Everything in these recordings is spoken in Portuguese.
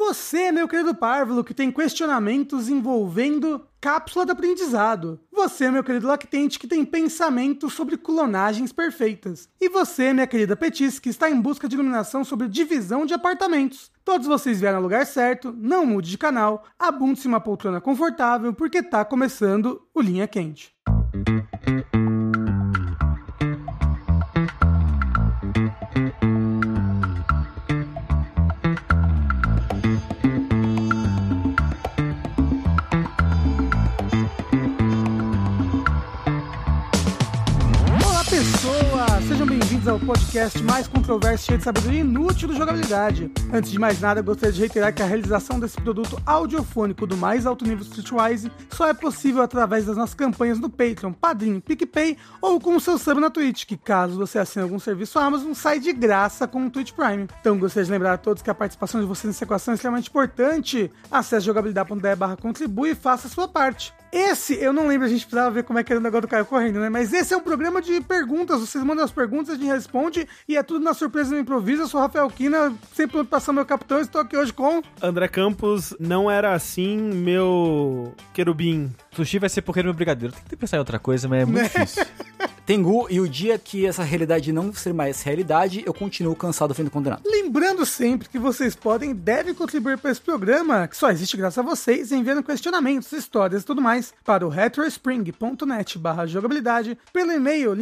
você, meu querido Párvulo, que tem questionamentos envolvendo cápsula do aprendizado. Você, meu querido lactente, que tem pensamentos sobre clonagens perfeitas. E você, minha querida Petis, que está em busca de iluminação sobre divisão de apartamentos. Todos vocês vieram ao lugar certo, não mude de canal, abunde-se uma poltrona confortável, porque está começando o Linha Quente. Olá, pessoas! Sejam bem-vindos ao podcast mais controverso, cheio de sabedoria inútil do jogabilidade. Antes de mais nada, gostaria de reiterar que a realização desse produto audiofônico do mais alto nível Streetwise só é possível através das nossas campanhas no Patreon, Padrim, PicPay ou com o seu sub na Twitch, que caso você assine algum serviço Amazon, sai de graça com o Twitch Prime. Então, gostaria de lembrar a todos que a participação de vocês nessa equação é extremamente importante. Acesse jogabilidade.de barra contribui e faça a sua parte. Esse, eu não lembro, a gente precisava ver como é que era o negócio do Caio correndo, né? Mas esse é um programa de perguntas. Vocês mandam as perguntas, a gente responde e é tudo na surpresa no improviso. Eu sou o Rafael Kina, sempre passando meu capitão, estou aqui hoje com. André Campos não era assim, meu querubim. Sushi vai ser porque meu brigadeiro. Tem que pensar em outra coisa, mas é Né? muito difícil. Tengu, e o dia que essa realidade não ser mais realidade, eu continuo cansado vendo condenado. Lembrando sempre que vocês podem e devem contribuir para esse programa, que só existe graças a vocês, enviando questionamentos, histórias e tudo mais para o retrospring.net barra jogabilidade, pelo e-mail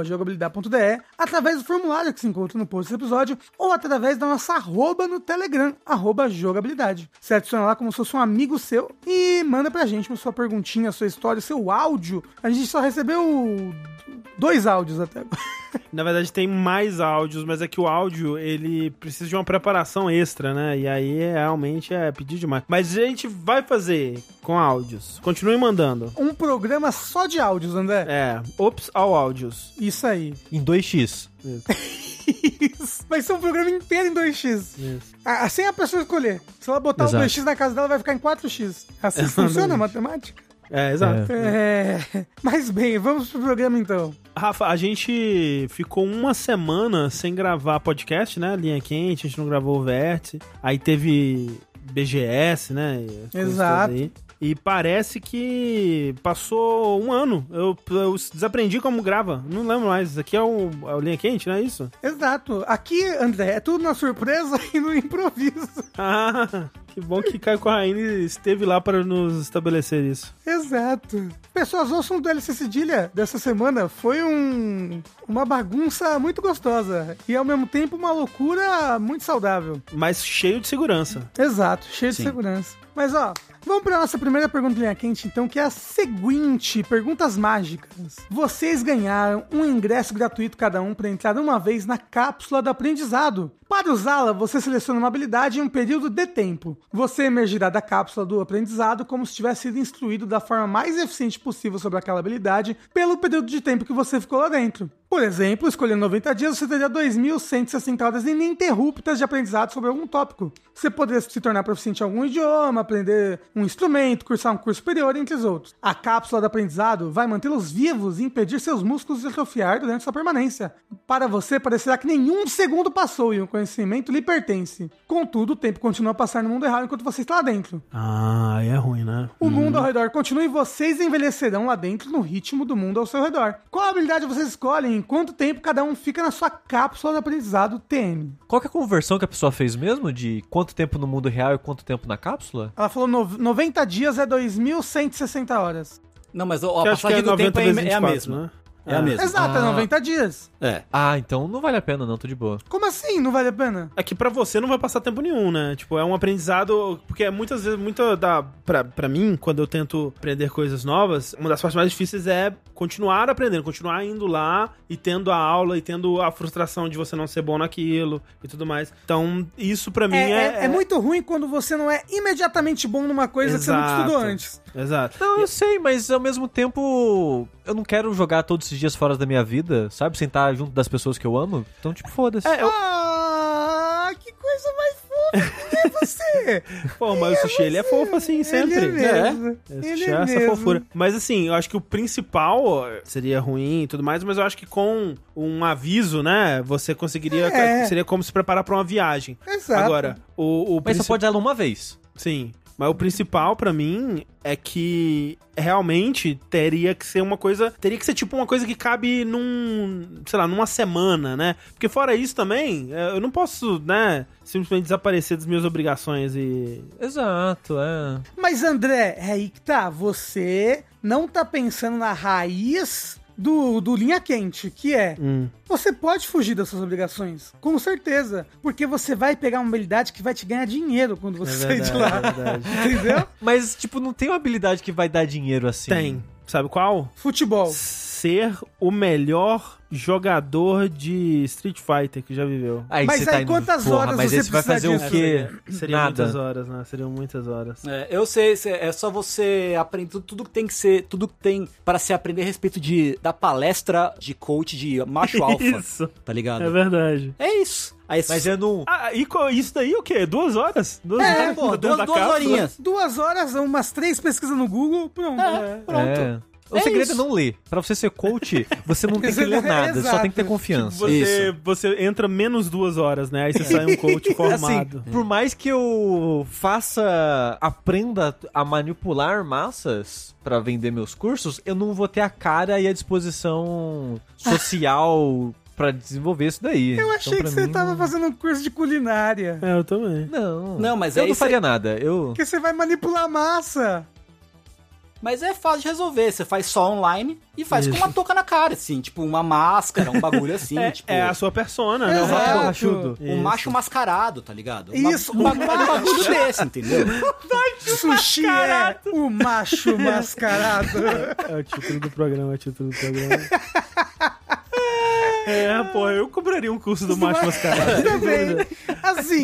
linhaquente.jogabilidade.de, através do formulário que se encontra no post desse episódio, ou através da nossa arroba no Telegram, arroba jogabilidade. Você adiciona lá como se fosse um amigo seu e manda pra gente uma sua perguntinha, sua história, seu áudio. A gente só recebeu dois áudios até agora. Na verdade, tem mais áudios, mas é que o áudio, ele precisa de uma preparação extra, né? E aí, realmente, é pedir demais. Mas a gente vai fazer com áudios. Continue mandando. Um programa só de áudios, André. É, ops ao áudios. Isso aí. Em 2x. Isso. Vai ser um programa inteiro em 2x. Isso. Ah, Sem a pessoa escolher. Se ela botar Exato. o 2x na casa dela, vai ficar em 4x. Assim funciona a matemática? É, exato. É. Mas bem, vamos pro programa então. Rafa, a gente ficou uma semana sem gravar podcast, né? Linha quente, a gente não gravou o vértice. Aí teve BGS, né? e as coisas todas Exato. aí. E parece que passou um ano. Eu, eu desaprendi como grava. Não lembro mais. Isso aqui é o, é o Linha Quente, não é isso? Exato. Aqui, André, é tudo na surpresa e no improviso. Ah, que bom que Caio Corraine esteve lá para nos estabelecer isso. Exato. Pessoas, ouçam o DLC Cedilha dessa semana. Foi um, uma bagunça muito gostosa e ao mesmo tempo uma loucura muito saudável. Mas cheio de segurança. Exato, cheio de Sim. segurança. Mas ó, vamos para nossa primeira pergunta linha quente, então, que é a seguinte: perguntas mágicas. Vocês ganharam um ingresso gratuito cada um para entrar uma vez na cápsula do aprendizado. Para usá-la, você seleciona uma habilidade em um período de tempo. Você emergirá da cápsula do aprendizado como se tivesse sido instruído da forma mais eficiente possível sobre aquela habilidade pelo período de tempo que você ficou lá dentro. Por exemplo, escolhendo 90 dias, você teria 2.160 horas ininterruptas de aprendizado sobre algum tópico. Você poderia se tornar proficiente em algum idioma, aprender um instrumento, cursar um curso superior, entre os outros. A cápsula do aprendizado vai mantê-los vivos e impedir seus músculos de atrofiar durante sua permanência. Para você, parecerá que nenhum segundo passou e o conhecimento lhe pertence. Contudo, o tempo continua a passar no mundo errado enquanto você está lá dentro. Ah, aí é ruim, né? O mundo ao redor continua e vocês envelhecerão lá dentro no ritmo do mundo ao seu redor. Qual habilidade vocês escolhem? Em quanto tempo cada um fica na sua cápsula de aprendizado TM? Qual que é a conversão que a pessoa fez mesmo? De quanto tempo no mundo real e quanto tempo na cápsula? Ela falou no- 90 dias é $2.160 horas. Não, mas ó, Que a acho que passagem é do 90 tempo é, vezes é a 24, mesma. né? É a mesma. Exato, é Ah. 90 dias. É. Ah, então não vale a pena não, tô de boa. Como assim? Não vale a pena? É que pra você não vai passar tempo nenhum, né? Tipo, é um aprendizado. Porque muitas vezes, muita da. Pra, pra mim, quando eu tento aprender coisas novas, uma das partes mais difíceis é continuar aprendendo, continuar indo lá e tendo a aula e tendo a frustração de você não ser bom naquilo e tudo mais. Então, isso pra mim É, é. é- é muito ruim quando você não é imediatamente bom numa coisa que você não Exato. estudou antes. Exato. Não, eu sei, mas ao mesmo tempo eu não quero jogar todos esses dias fora da minha vida, sabe? É, um Sentar junto das pessoas que eu amo. Então, tipo, foda-se. É, eu- Ah, que coisa mais fofa! você? Pô, mas o sushi, ele é fofo assim, sempre. Ele é mesmo. Esse Ele tinha é essa mesmo. fofura. Mas assim, eu acho que o principal ó, seria ruim e tudo mais, mas eu acho que com um aviso, né? Você conseguiria. É. Seria como se preparar pra uma viagem. Exato. Agora, o, o Mas você principal. pode dar ela uma vez. Sim. Mas o principal pra mim é que realmente teria que ser uma coisa. Teria que ser tipo uma coisa que cabe num. sei lá, numa semana, né? Porque fora isso também, eh, eu não posso, né, simplesmente desaparecer das minhas obrigações e. Exato, é. Mas André, é aí que tá. Você não tá pensando na raiz do, do linha quente, que é Hum. você pode fugir das suas obrigações, com certeza, porque você vai pegar uma habilidade que vai te ganhar dinheiro quando É você sair de lá. Entendeu? Mas, tipo, não tem uma habilidade que vai dar dinheiro assim. Tem. Sabe qual? Futebol. Ser o melhor jogador de Street Fighter que já viveu. Aí Mas você aí tá indo, quantas porra, horas mas você esse vai precisa fazer disso? o quê? Seriam muitas Nada. horas, né? Seriam muitas horas. É, eu sei, cê- é só você aprender tudo, tudo que tem que ser, tudo que tem para se aprender a respeito de da palestra de coach de macho alfa, Isso, tá é ligado? verdade. É isso. Aí Mas é num. Ah, e co- isso daí o quê? Duas horas? Duas É, horas pô, dentro duas, da duas cápsula? horinhas. Duas horas, umas três pesquisas no Google, pronto. Ah. né? É. O É segredo isso. é não ler. Pra você ser coach, você não tem Isso, que ler né? nada, só tem que ter Exato. confiança. Você, você entra menos duas horas, né? Aí você sai um coach Tipo, formado. Assim, por mais que eu faça, aprenda a manipular massas pra vender meus cursos, eu não vou ter a cara e a disposição social pra desenvolver isso daí. Então, Eu achei que você tava fazendo um curso de culinária. É, eu também. Não. Não, mas é eu é aí não cê- faria nada. Eu Porque você vai manipular a massa. Mas é fácil de resolver. Você faz só online e faz Isso. com uma touca na cara, assim, tipo uma máscara, um bagulho assim, é, tipo. é a sua persona, né? É, O é. rato borrachudo. Um Isso. macho mascarado, tá ligado? Uma- Isso, um bagulho, um bagulho desse, entendeu? Sushi é o macho mascarado. É o título do programa, é o título do programa. É, pô, eu compraria um curso do Macho Mascarado. Também. Assim,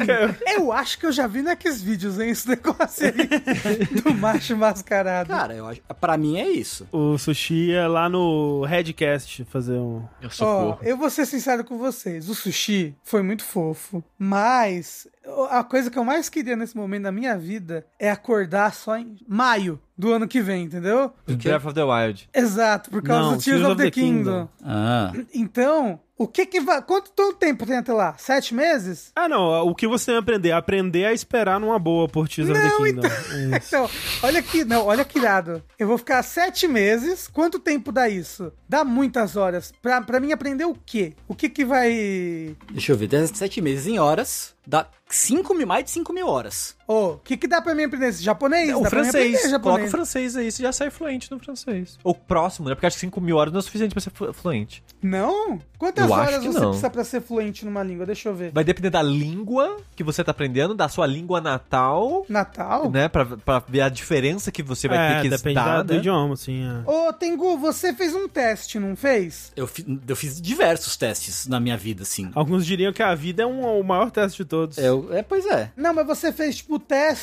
eu acho que eu já vi naqueles vídeos, hein? Esse negócio aí do macho mascarado. Cara, eu acho, pra mim é isso. O Sushi ia lá no Redcast fazer um... Ó, eu vou ser sincero com vocês. O sushi foi muito fofo, mas a coisa que eu mais queria nesse momento da minha vida é acordar só em maio do ano que é? vem, entendeu? Breath of the Wild. Exato, por causa Não, do Tears, of, the, Kingdom. Ah. Então, o que que vai. Quanto todo tempo tem até lá? Sete meses? Ah, não, o que você vai aprender? Aprender a esperar numa boa por Tears of the Não, Kingdom. É. Isso. Então, olha que. Não, olha que irado. Eu vou ficar sete meses. Quanto tempo dá isso? Dá muitas horas. Pra, pra mim aprender o quê? O que que vai. Deixa eu ver, 17 meses em horas, dá 5 mil, mais de 5 mil horas. Ô, o que que dá pra mim aprender? Esse Japonês? o dá pra mim francês. aprender Coloca o japonês. francês aí, você já sai fluente no francês. Ou próximo, né? Porque acho que 5 mil horas não é suficiente pra ser flu- fluente. Não? Quantas Eu acho horas que você não. precisa pra ser fluente numa língua? Deixa eu ver. Vai depender da língua que você tá aprendendo, da sua língua natal, Natal? né? Pra, pra ver a diferença que você vai é, ter que depende estar. da- do né? idioma, assim. é. Ô, Tengu, você fez um teste, não fez? Eu, fi- eu fiz diversos testes na minha vida, assim. Alguns diriam que a vida é um- o maior teste de todos. Eu- é, pois é. Não, mas você fez tipo o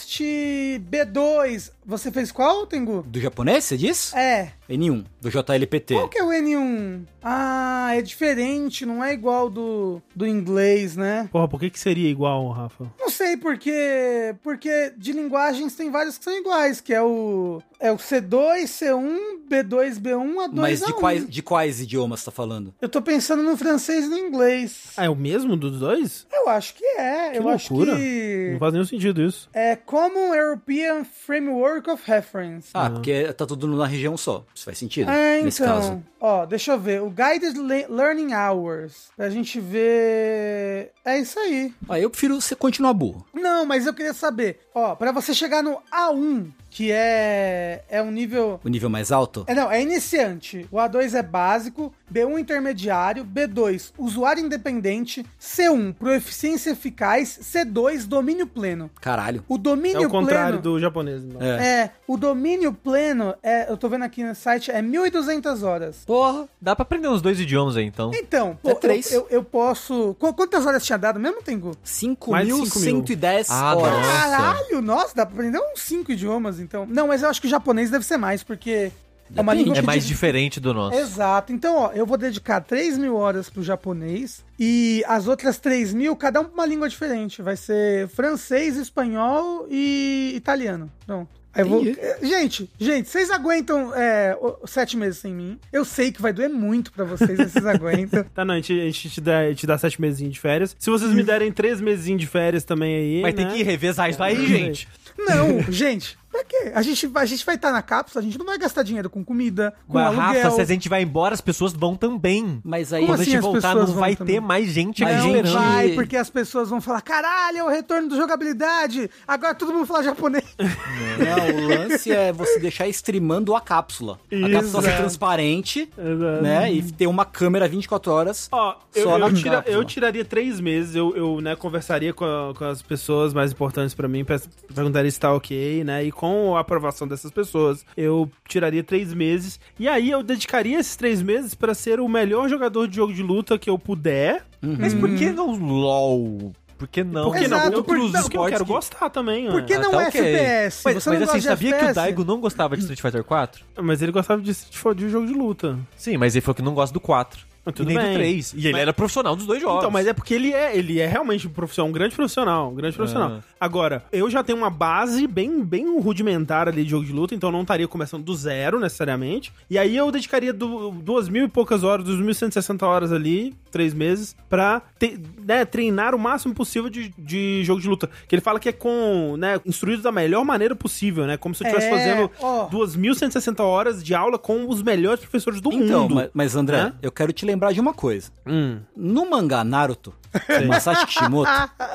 teste B2. Você fez qual, Tengu? Do japonês, você diz? É. N1, do JLPT. Qual que é o N1? Ah, é diferente, não é igual do, do inglês, né? Porra, por que, que seria igual, Rafa? Não sei porque, porque de linguagens tem vários que são iguais, que é o é o C2, C1, B2, B1, A2, Mas de A1. quais, de quais idiomas você tá falando? Eu tô pensando no francês e no inglês. Ah, é o mesmo dos dois? Eu acho que é, eu loucura. acho que Não faz nenhum sentido isso. é Common European Framework of Reference. Ah, porque tá tudo na região só. Isso faz sentido, Ah, nesse então. caso. Ó, deixa eu ver. O Guided Le- Learning Hours. Pra gente ver. É isso aí. Ah, eu prefiro você continuar burro. Não, mas eu queria saber. Ó, pra você chegar no A1, que é. É um nível. O nível mais alto? É, não, é iniciante. O A2 é básico, B1 intermediário, B2 usuário independente, C1 proficiência eficaz, C2 domínio pleno. Caralho. O É domínio o contrário pleno. do japonês. Então. É. É, o domínio pleno, é, eu tô vendo aqui no site, é 1.200 horas. Porra. Dá pra aprender uns dois idiomas aí, então. Então, pô, É três. Eu, eu, eu posso. Qu- Quantas horas tinha dado mesmo, Tengu? 5.110 Ah, horas. Nossa. Caralho, nossa, dá pra aprender uns cinco idiomas, então. Não, mas eu acho que o japonês deve ser mais, porque É uma língua É que mais diz- diferente do nosso. Exato. Então, ó, eu vou dedicar 3 mil horas pro japonês e as outras 3 mil, cada um pra uma língua diferente. Vai ser francês, espanhol e italiano. Pronto. Aí eu vou... Entendi. Eh, Gente, gente, vocês aguentam é, o- sete meses sem mim. Eu sei que vai doer muito pra vocês, mas vocês aguentam. Tá, não, a gente, a gente te, dá, te dá sete meses de férias. Se vocês me derem três meses de férias também aí. Vai né? ter que revezar isso aí, Tudo gente. Não, gente, pra quê? A gente, a gente vai estar na cápsula, a gente não vai gastar dinheiro com comida, com Mas, aluguel. Rafa, se a gente vai embora, as pessoas vão também. Mas aí. Como Quando a gente assim as voltar, pessoas não vão vai também? é um ter mais gente Mas aqui Não gente- esperando. vai, porque as pessoas vão falar, caralho, é o retorno do jogabilidade. Agora todo mundo fala japonês. Não, o lance é você deixar streamando a cápsula. A cápsula ser Exato. transparente, Exato. né? E ter uma câmera 24 horas. Ó, eu, Só eu, na tira- cápsula. eu tiraria três meses, eu, eu né, conversaria com, a- com as pessoas mais importantes pra mim, pe- perguntaria se tá ok, né? E com a aprovação dessas pessoas, eu tiraria três meses. E aí eu dedicaria esses três meses pra ser o melhor jogador de jogo de luta que eu puder. Uhum. Mas por que não LOL? Por que não? Por que Exato, não? Uhum. por- Outros não, porque eu quero que- gostar também, Por que né? não tá é ok. FPS? Você Mas, mas não assim, gosta de sabia que o FPS? Daigo não gostava de Street Fighter 4? Mas ele gostava de, de, de jogo de luta. Sim, mas ele falou que não gosta do 4. Ah, e tudo nem bem. do 3. E ele Mas- era profissional dos dois jogos. Então, mas é porque ele é, ele é realmente um profissional, um grande profissional, um grande profissional. É. Agora, eu já tenho uma base bem, bem rudimentar ali de jogo de luta, então eu não estaria começando do zero necessariamente. E aí eu dedicaria du- duas mil e poucas horas, duas mil e cento e sessenta horas ali, três meses, pra te- né, treinar o máximo possível de, de jogo de luta. Que ele fala que é com, né, instruído da melhor maneira possível, né? Como se eu estivesse É, fazendo ó. 2.160 horas de aula com os melhores professores do Então, mundo. ma- mas André, Hã? eu quero te lembrar de uma coisa. Hum, No mangá Naruto, do Masashi Kishimoto,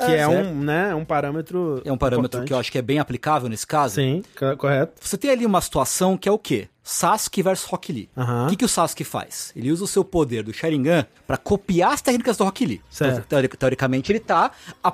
que é certo? um, né, um parâmetro é um parâmetro importante. que eu acho que é bem aplicável nesse caso. Sim, co- correto. Você tem ali uma situação que é o quê? Sasuke versus Rock Lee. O Aham. que, que o Sasuke faz? Ele usa o seu poder do Sharingan pra copiar as técnicas do Rock Lee. Certo. Então, teori- teoricamente, ele tá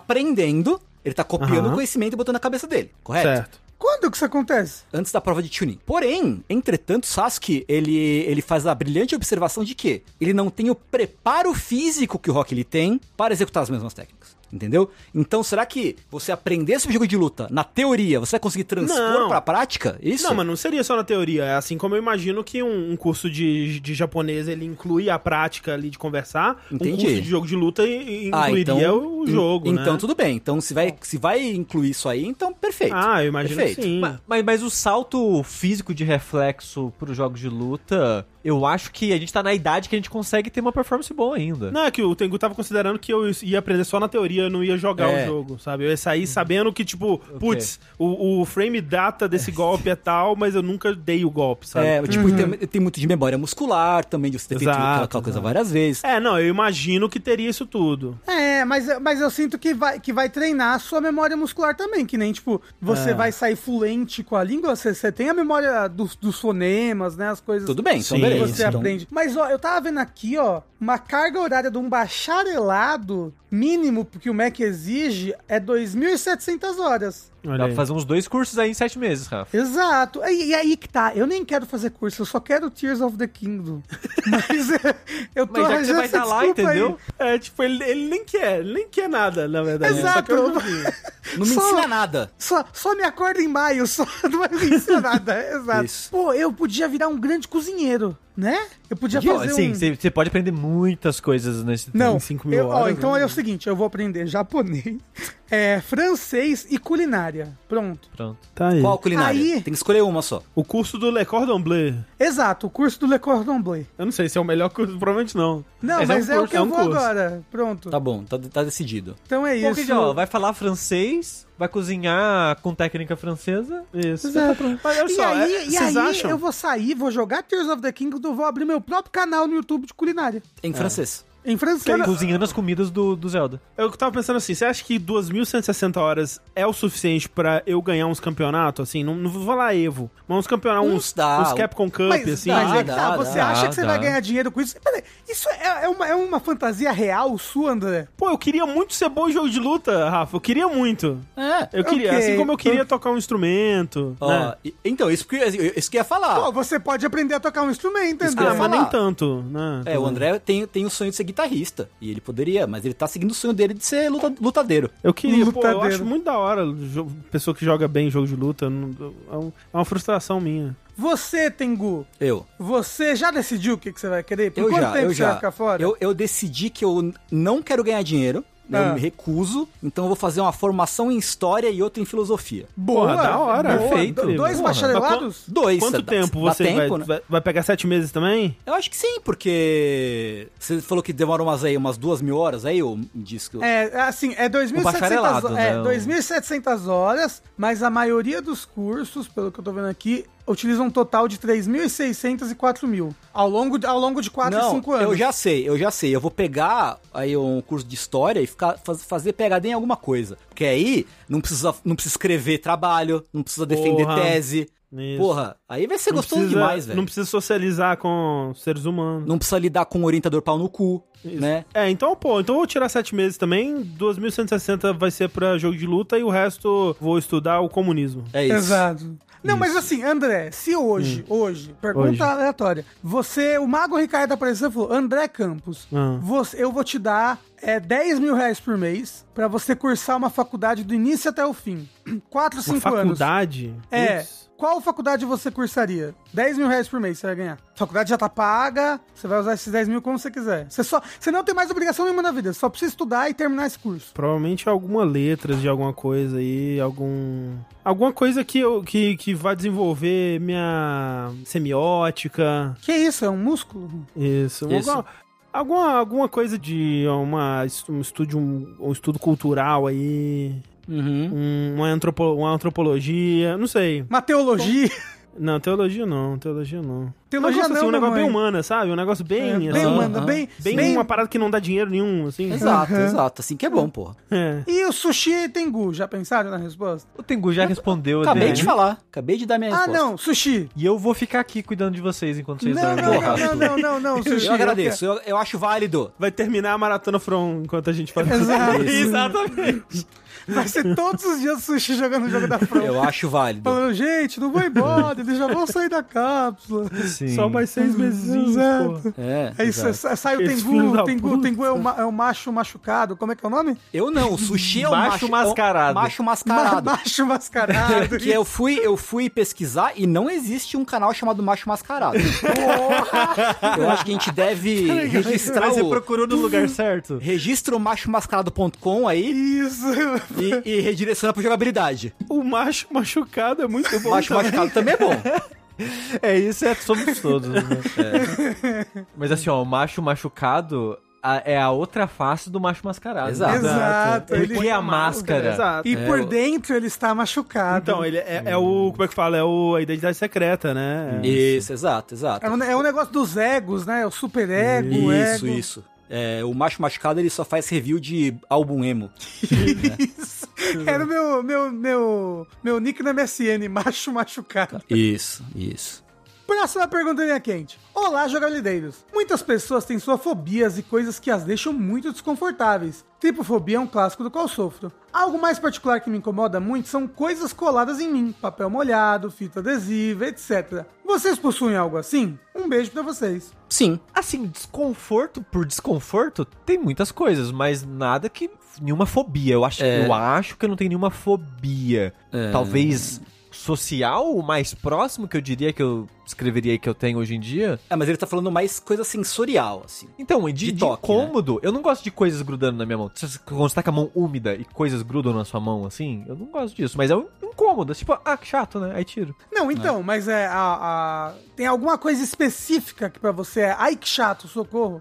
aprendendo, ele tá copiando Aham. o conhecimento e botando na cabeça dele, correto? Certo. Quando que isso acontece? antes da prova de Chunin. Porém, entretanto, Sasuke, ele, ele faz a brilhante observação de que ele não tem o preparo físico que o Rock Lee tem para executar as mesmas técnicas. Entendeu? Então, será que você aprender sobre jogo de luta na teoria, você vai conseguir Não. transpor pra prática? Isso? Não, mas não seria só na teoria. É assim como eu imagino que um, um curso de, de japonês ele inclui a prática ali de conversar. Um Entendi. curso de jogo de luta i- i- incluiria o en- jogo. Ah, Então, né? tudo bem. Então, se vai, se vai incluir isso aí, então perfeito. Ah, eu imagino Perfeito. que sim. Ma- Mas, mas o salto físico de reflexo pros jogos de luta, eu acho que a gente tá na idade que a gente consegue ter uma performance boa ainda. Não, é que o Tengu tava considerando que eu ia aprender só na teoria, eu não ia jogar É. o jogo, sabe? Eu ia sair sabendo que, tipo, putz, o, o frame data desse golpe é tal, mas eu nunca dei o golpe, sabe? É, tipo, tem, tem muito de memória muscular também, de você ter feito Exato, aquela aquela coisa exato. várias vezes. É, não, eu imagino que teria isso tudo. É, mas, mas eu sinto que vai, que vai treinar a sua memória muscular também, que nem, tipo, É. você vai sair fluente com a língua, você, você tem a memória dos, dos fonemas, né, as coisas... Tudo bem, então Sim, que beleza. Você Então, aprende. Mas, ó, eu tava vendo aqui, ó, uma carga horária de um bacharelado mínimo que o MEC exige é 2.700 horas. Olha Dá aí. pra fazer uns dois cursos aí em sete meses, Rafa. Exato. E, e aí que tá. Eu nem quero fazer curso, eu só quero Tears of the Kingdom. Mas eh, eu tô Mas já que você arranjando vai essa tá lá, desculpa aí. entendeu? é É, tipo, ele, ele nem quer, ele nem quer nada, na verdade. Ele Só Exato. quer um joguinho. Não me Só- ensina nada. Só, só me acorda em maio, só não vai me ensinar nada. Exato. Isso. Pô, eu podia virar um grande cozinheiro, né? Eu podia E, ó, fazer Sim, um... você você pode aprender muitas coisas nesse Não, em cinco eu- mil ó, horas. né? então olha o seguinte, eu vou aprender japonês, é, francês e culinária. Pronto. Pronto. Tá aí. Qual culinária? Aí- Tem que escolher uma só. O curso do Le Cordon Bleu. Exato, o curso do Le Cordon Bleu. Eu não sei se é o melhor curso, provavelmente não. Não, mas, Mas é um é, o curso, que é eu um vou curso. agora. Pronto. Tá bom, tá, tá decidido. Então é Bom, isso. que, ó, vai falar francês, vai cozinhar com técnica francesa. Isso. Exato. Mas olha E só, aí, é- e aí vocês acham? eu vou sair, vou jogar Tears of the Kingdom, vou abrir meu próprio canal no YouTube de culinária. É. Em francês. Em francês. Cozinhando as comidas do, do Zelda. Eu tava pensando assim, você acha que 2.160 horas é o suficiente pra eu ganhar uns campeonatos, assim? Não, não vou falar Evo, mas uns campeonatos, Uns uns, dá, uns Capcom Cup, Mas, assim. mas é que dá, tá, dá, você dá, acha que você dá. vai ganhar dinheiro com isso? Peraí, isso é, é uma, é uma fantasia real sua, André? Pô, eu queria muito ser bom em jogo de luta, Rafa. Eu queria muito. É. Eu queria, Ok, assim como eu queria tocar um instrumento. Ó, né? e- Então, isso que, isso que eu ia falar. Pô, você pode aprender a tocar um instrumento, Ah. Isso que André. Ah, eu mas ia falar. É, nem tanto, né? é, o André tem, tem o sonho de seguir guitarrista. E ele poderia, mas ele tá seguindo o sonho dele de ser luta- lutadeiro. Eu queria, pô, eu Um Lutadeiro. acho muito da hora jo- pessoa que joga bem jogo de luta. eu não- eu- É um- é uma frustração minha. Você, Tengu, Eu. você já decidiu o que, que você vai querer? Por Eu quanto já, tempo eu você já. vai ficar fora? Eu, eu decidi que eu não quero ganhar dinheiro. né? Ah. Eu me recuso, então eu vou fazer uma formação em história e outra em filosofia. Boa, Porra, da hora. Perfeito. Perfeito. dois Porra. bacharelados? Dois. Quanto dá- tempo dá você vai, tempo, né? vai, vai pegar sete meses também? Eu acho que sim, porque você falou que demora umas aí, umas duas mil horas aí, ou diz que eu- É, assim, é 2.700 bacharelado, é, né? 2.700 horas, mas a maioria dos cursos, pelo que eu tô vendo aqui, utilizam um total de 3.600 e 4.000 ao longo, de- ao longo de 4 e não, 5 anos. eu já sei, eu já sei. Eu vou pegar aí um curso de história e ficar faz- fazer PhD em alguma coisa. Porque aí não precisa, não precisa escrever trabalho, não precisa defender Porra. tese. Isso. Porra, aí vai ser Não gostoso precisa- demais, velho. Não Não, precisa socializar com seres humanos. precisa lidar com um orientador pau no cu, Isso. né? É, então, pô, então eu vou tirar sete meses também. 2.160 vai ser pra jogo de luta e o resto vou estudar o comunismo. É isso. Exato. Não, mas assim, André, se hoje, hoje, pergunta Hoje. aleatória, você, o Mago Ricardo apareceu e falou, André Campos, Ah. você- eu vou te dar é, 10 mil reais por mês pra você cursar uma faculdade do início até o fim. 4, Uma 5 anos. faculdade? É. Putz. Qual faculdade você cursaria? 10 mil reais por mês você vai ganhar. A faculdade já tá paga, você vai usar esses 10 mil como você quiser. Você, só, você não tem mais obrigação nenhuma na vida, você só precisa estudar e terminar esse curso. Provavelmente alguma letras de alguma coisa aí, algum. Alguma coisa que, eu, que, que vai desenvolver minha semiótica. Que isso, é um músculo? Isso. Isso. Alguma, alguma, alguma coisa de uma, um, estudo, um, um estudo cultural aí. Uhum. um- uma, antropo, uma antropologia. Não sei. Uma teologia. Não, teologia não, teologia não. Teologia um negócio, assim, não, um negócio mamãe. bem humana, sabe? Um negócio bem. É, bem assim, humana, aham. bem, Bem, bem- uma parada que não dá dinheiro nenhum, assim. Exato, Uhum. exato. Assim que é bom, porra. É. E o sushi Tengu, já pensaram na resposta? O Tengu já respondeu. Acabei né? de falar, acabei de dar minha Ah, resposta. não, sushi. E eu vou ficar aqui cuidando de vocês enquanto vocês Não, dormem. não, Porra. não, não, não, não, não, sushi. Eu agradeço, eu, eu acho válido. Vai terminar a maratona From enquanto a gente faz Exato. Exatamente. Vai ser todos os dias sushi jogando o jogo da Front. Eu acho válido. Falando, gente, não vou embora, eles já vão sair da cápsula. Sim. Só mais seis meses. Exato. pô. É, É isso, exato. é- sai o Esse filho Tengu, da Tengu, puta. Tengu é o, ma- é o macho machucado, como é que é o nome? Eu não, o sushi é o Macho macho mascarado. Macho Ma- mascarado. macho mascarado. Que é eu fui, eu fui pesquisar e não existe um canal chamado Macho Mascarado. eu acho que a gente Tá deve registrar Mas você o... procurou no Uhum. lugar certo? Registra o machomascarado.com aí Isso. e, e redireciona pra jogabilidade. O macho machucado é muito bom. macho também. Mascarado também é bom. É isso, é, somos todos. Né? Mas assim, ó, o macho machucado a- é a outra face do macho mascarado. né? Exato. Exato, Porque ele- é, a máscara. é Exato. E por dentro ele está machucado. Então, ele é, é o. Como é que fala? É o, a identidade secreta, né? É. Isso, exato, exato. É um, é um negócio dos egos, né? O super ego, o Isso, né. ego. isso. É, o Macho Machucado ele só faz review de álbum emo. Isso. Era o meu, meu, meu, meu nick na MSN, macho machucado. Isso, isso. Próxima pergunta linha quente. Olá, jogabilideiros. Muitas pessoas têm sua fobias e coisas que as deixam muito desconfortáveis. Tripofobia é um clássico do qual sofro. Algo mais particular que me incomoda muito são coisas coladas em mim, papel molhado, fita adesiva, etc. Vocês possuem algo assim? Um beijo pra vocês. Sim. Assim, desconforto por desconforto tem muitas coisas, mas nada que. nenhuma fobia. Eu acho, É. eu acho que eu não tenho nenhuma fobia. Talvez social, o mais próximo que eu diria que eu escreveria que eu tenho hoje em dia. É, mas ele tá falando mais coisa sensorial, assim. Então, de, De de toque, né? cômodo, eu não gosto de coisas grudando na minha mão. Se você- Quando você tá com a mão úmida e coisas grudam na sua mão, assim, eu não gosto disso. Mas é um incômodo. Tipo, ah, que chato, né? Aí tiro. Não, então, mas é a, a- tem alguma coisa específica que pra você é, ai que chato, socorro.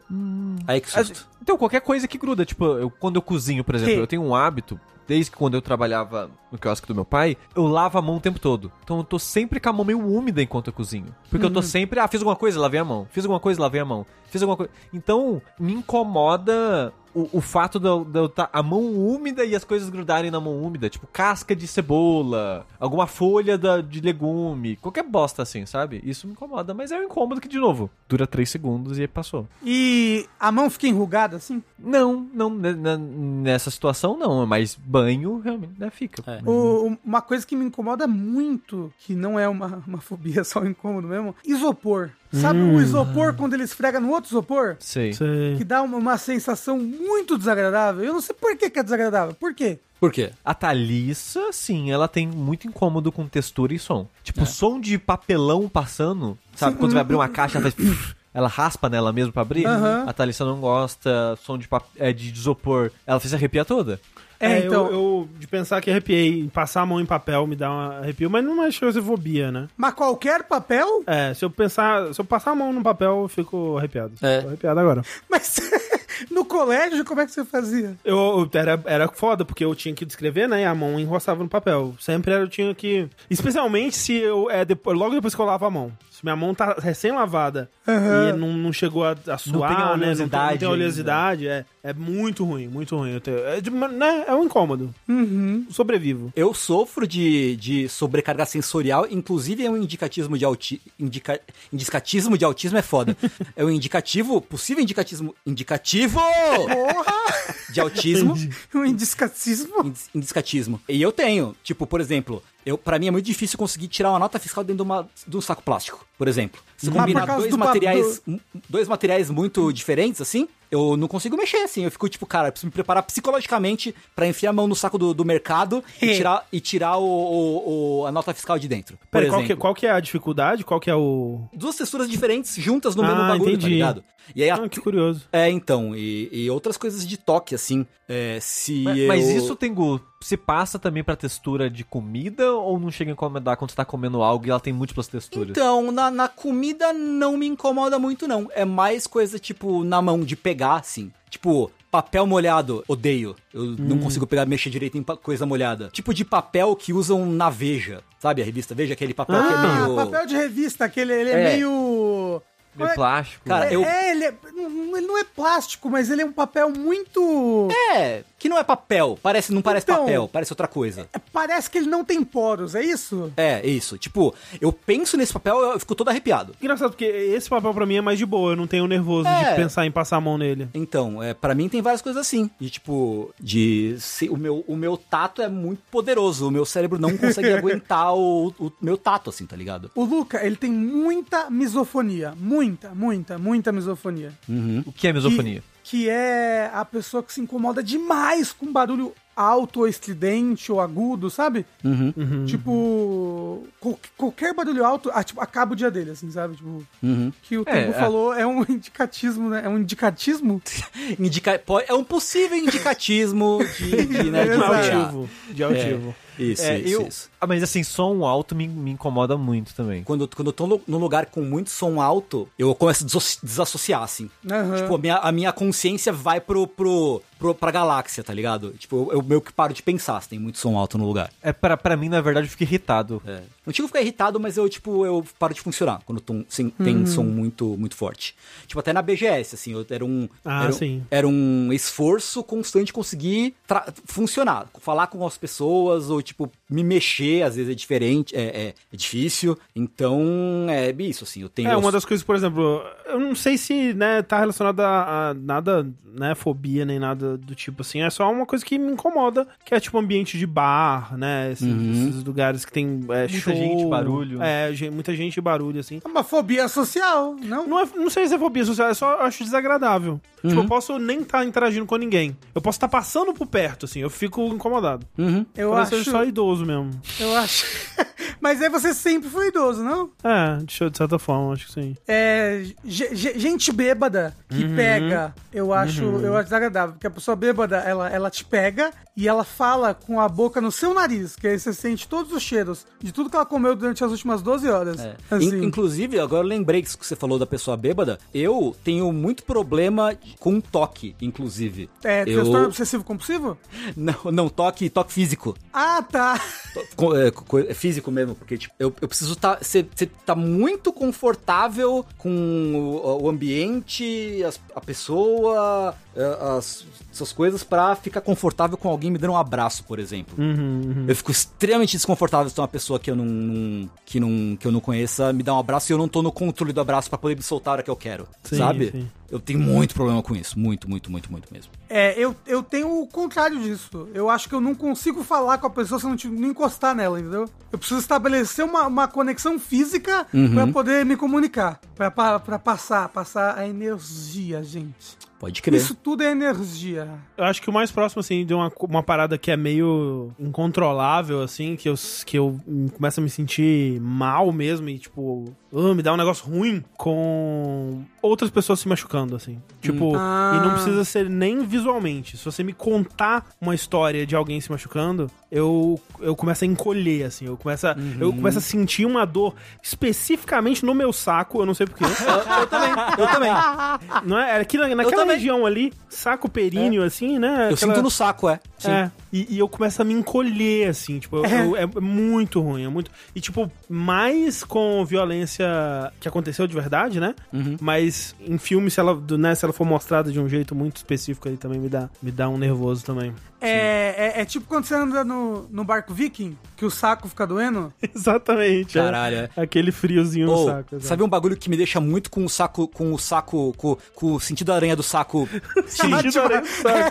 Aí que susto. As- Então, qualquer coisa que gruda. Tipo, eu, quando eu cozinho, por exemplo, Sim. eu tenho um hábito, desde que quando eu trabalhava no quiosque do meu pai, eu lavo a mão o tempo todo. Então eu tô sempre com a mão meio úmida enquanto eu cozinho. Porque eu tô sempre, ah, fiz alguma coisa, lavei a mão. Fiz alguma coisa, lavei a mão. Fiz alguma coisa. Então, me incomoda. O, o fato de eu, de eu tá a mão úmida e as coisas grudarem na mão úmida, tipo casca de cebola, alguma folha da- de legume, qualquer bosta assim, sabe? Isso me incomoda, mas é um incômodo que, de novo, dura 3 segundos e aí passou. E a mão fica enrugada nada, assim? Não, não, ne- ne- nessa situação não, mas banho realmente né, fica. É. O- o- uma coisa que me incomoda muito, que não é uma, uma fobia, só um incômodo mesmo, isopor. Sabe o isopor quando ele esfrega no outro isopor? Sei. Sei. Que dá uma, uma sensação muito desagradável. Eu não sei por que, que é desagradável. Por quê? Por quê? A Thalissa, sim, ela tem muito incômodo com textura e som. Tipo, som de papelão passando, sabe? Quando vai abrir uma caixa, ela faz... Ela raspa nela mesmo pra abrir. Aham. A Thalissa não gosta, som de, pap... é, de isopor. Ela fez arrepiar toda. É, eu- então. Eu, de pensar que arrepiei, passar a mão em papel me dá um arrepio, mas não é xerofobia, né? Mas qualquer papel? É, se eu pensar, se eu passar a mão no papel, eu fico arrepiado. É. Tô arrepiado agora. Mas no colégio, como é que você fazia? Eu, eu- era, era foda, porque eu tinha que descrever, né? E a mão enroscava no papel. Sempre era- eu tinha que. Especialmente se eu. É, depois, logo depois que eu lavo a mão. Se minha mão tá recém-lavada Aham. e não, não chegou a, a suar, tem a né? Não tem, não oleosidade tem oleosidade. É, é muito ruim, muito ruim. Eu tenho- é, de- né, é um incômodo. Uhum. Sobrevivo. Eu sofro de, de sobrecarga sensorial, inclusive é um indicatismo de auti, indica, indicatismo de autismo é foda. É um indicativo, possível indicatismo, indicativo Porra! de autismo, um indiscatismo. indis- indicatismo. E eu tenho, tipo, por exemplo, eu para mim é muito difícil conseguir tirar uma nota fiscal dentro de, uma, de um saco plástico, por exemplo. Se eu Ah, por combinar causa dois do ba- materiais, m- dois materiais muito diferentes assim, eu não consigo mexer assim. Eu fico tipo, cara, eu preciso me preparar psicologicamente pra enfiar a mão no saco do, do mercado e tirar e tirar o, o- o- a nota fiscal de dentro. Por Peraí, qual, exemplo. que, qual que é a dificuldade? Qual que é o. Duas texturas diferentes juntas no Ah, mesmo bagulho, tá entendi. ligado? E aí a- Ah, que curioso. é, então, e, e outras coisas de toque, assim. É, se Mas, mas eu- isso, Tengu, se passa também pra textura de comida ou não chega a incomodar quando você tá comendo algo e ela tem múltiplas texturas? Então, na, na comida não me incomoda muito, não. É mais coisa, tipo, na mão de pegar, assim. Tipo, papel molhado, odeio. Eu Hum. não consigo pegar, mexer direito em pa- coisa molhada. Tipo de papel que usam na Veja, sabe? A revista Veja, aquele papel que é Ah, meio... papel de revista, aquele ele é, É. meio. Meio plástico. Cara, É, eu- é, ele, é- não- ele não é plástico, mas ele é um papel muito. É, que não é papel. Parece, não parece Então- papel, parece outra coisa. Parece que ele não tem poros, é isso? É, isso. Tipo, eu penso nesse papel, eu fico todo arrepiado. Engraçado, porque esse papel pra mim é mais de boa. Eu não tenho nervoso É. de pensar em passar a mão nele. Então, é, para mim tem várias coisas assim. De tipo, de se- o meu o meu tato é muito poderoso, o meu cérebro não consegue aguentar o, o meu tato assim, tá ligado? O Luca, ele tem muita misofonia. Muita, muita, muita misofonia. Uhum. O que é misofonia? Que, que é a pessoa que se incomoda demais com barulho alto ou estridente ou agudo, sabe? Uhum. Tipo, qual- qualquer barulho alto ah, tipo, acaba o dia dele, assim, sabe? Tipo, Uhum. que o É, Tempo é. falou é um indicatismo, né? É um indicatismo? Indica, po- é um possível indicatismo de, de, né, de É Exato. maltear. De É altivo. Isso, É, isso, eu- isso. Ah, mas assim, som alto me, me incomoda muito também. Quando, quando eu tô no- num lugar com muito som alto, eu começo a deso- desassociar, assim. Aham. Tipo, a minha, a minha consciência vai pro, pro, pro, pra galáxia, tá ligado? Tipo, eu, eu meio que paro de pensar se tem muito som alto no lugar. É, pra, pra mim, na verdade, eu fico irritado. É. Não chego a ficar irritado, mas eu, tipo, eu paro de funcionar quando tom- sem- tem Uhum. som muito, muito forte. Tipo, até na BGS, assim, eu- era um. Ah, era, um- sim. Era um esforço constante conseguir tra- funcionar. Falar com as pessoas, ou, tipo, me mexer, às vezes é diferente, é, é- é difícil. Então, é isso, assim, eu tenho. É, uma das coisas, por exemplo, eu não sei se, né, tá relacionado a, a nada, né, fobia nem nada do tipo assim. É só uma coisa que me incomoda, que é tipo ambiente de bar, né, esses, esses lugares que tem é, muita gente, barulho. É, gen- muita gente, e barulho, assim. É uma fobia social, não? Não, é- não sei se é fobia social, é só eu acho desagradável. Tipo, eu posso nem estar interagindo com ninguém. Eu posso estar passando por perto, assim, eu fico incomodado. Uhum. Eu Talvez acho, seja só idoso mesmo. eu acho. Mas aí você sempre foi idoso, não? É, de de certa forma, acho que sim. É, ge- ge- gente bêbada que Uhum. pega, eu acho, eu acho desagradável, porque a pessoa bêbada, ela, ela te pega e ela fala com a boca no seu nariz, que aí você sente todos os cheiros de tudo que ela comeu durante as últimas 12 horas. É. Ah, Assim, In- inclusive, agora eu lembrei que isso que você falou da pessoa bêbada. Eu tenho muito problema com toque, inclusive. é, eu... transtorno obsessivo compulsivo? Não, não, toque, toque físico. Ah, tá. Co- é, co- é físico mesmo, porque tipo, eu, eu preciso estar. Você tá muito confortável com o, o ambiente, as- a pessoa, é, as suas coisas, pra ficar confortável com alguém me dando um abraço, por exemplo. Uhum, Eu fico extremamente desconfortável se tem uma pessoa que eu não, não- que não. que eu não conheça me dá um abraço e eu não tô no controle do abraço pra poder me soltar a hora que eu quero. Sim, sabe? sim. Eu tenho muito problema com isso. Muito, muito, muito, muito mesmo. É, eu, eu tenho o contrário disso. Eu acho que eu não consigo falar com a pessoa se eu não, te- não encostar nela, entendeu? Eu preciso estabelecer uma, uma conexão física Uhum. pra poder me comunicar. Pra, pra, pra passar, passar a energia, gente. Pode crer. Isso tudo é energia. Eu acho que o mais próximo, assim, de uma, uma parada que é meio incontrolável, assim, que eu, que eu começo a me sentir mal mesmo e, tipo, ah, me dá um negócio ruim com outras pessoas se machucando, assim. Hum. Tipo, Ah. e não precisa ser nem visualmente. Se você me contar uma história de alguém se machucando, eu, eu começo a encolher, assim. Eu começo, a, eu Uhum. começo a sentir uma dor especificamente no meu saco, eu não sei porquê. Eu também, eu também. não é? Era aqui na- naquela também. É. região ali, saco períneo, assim, né? Eu Aquela- sinto no saco, é. é, e, e eu começo a me encolher, assim, tipo, eu- eu- é. muito ruim, é muito. E, tipo, mais com violência que aconteceu de verdade, né? Uhum. Mas em filme, se ela, do- né, se ela for mostrada de um jeito muito específico aí também me dá, me dá um nervoso também. É, é, é tipo quando você anda no, no barco viking, que o saco fica doendo. Exatamente. Caralho, é. Aquele friozinho Ou, no saco. sabe um bagulho que me deixa muito com o saco, com o saco, com, com o sentido aranha do saco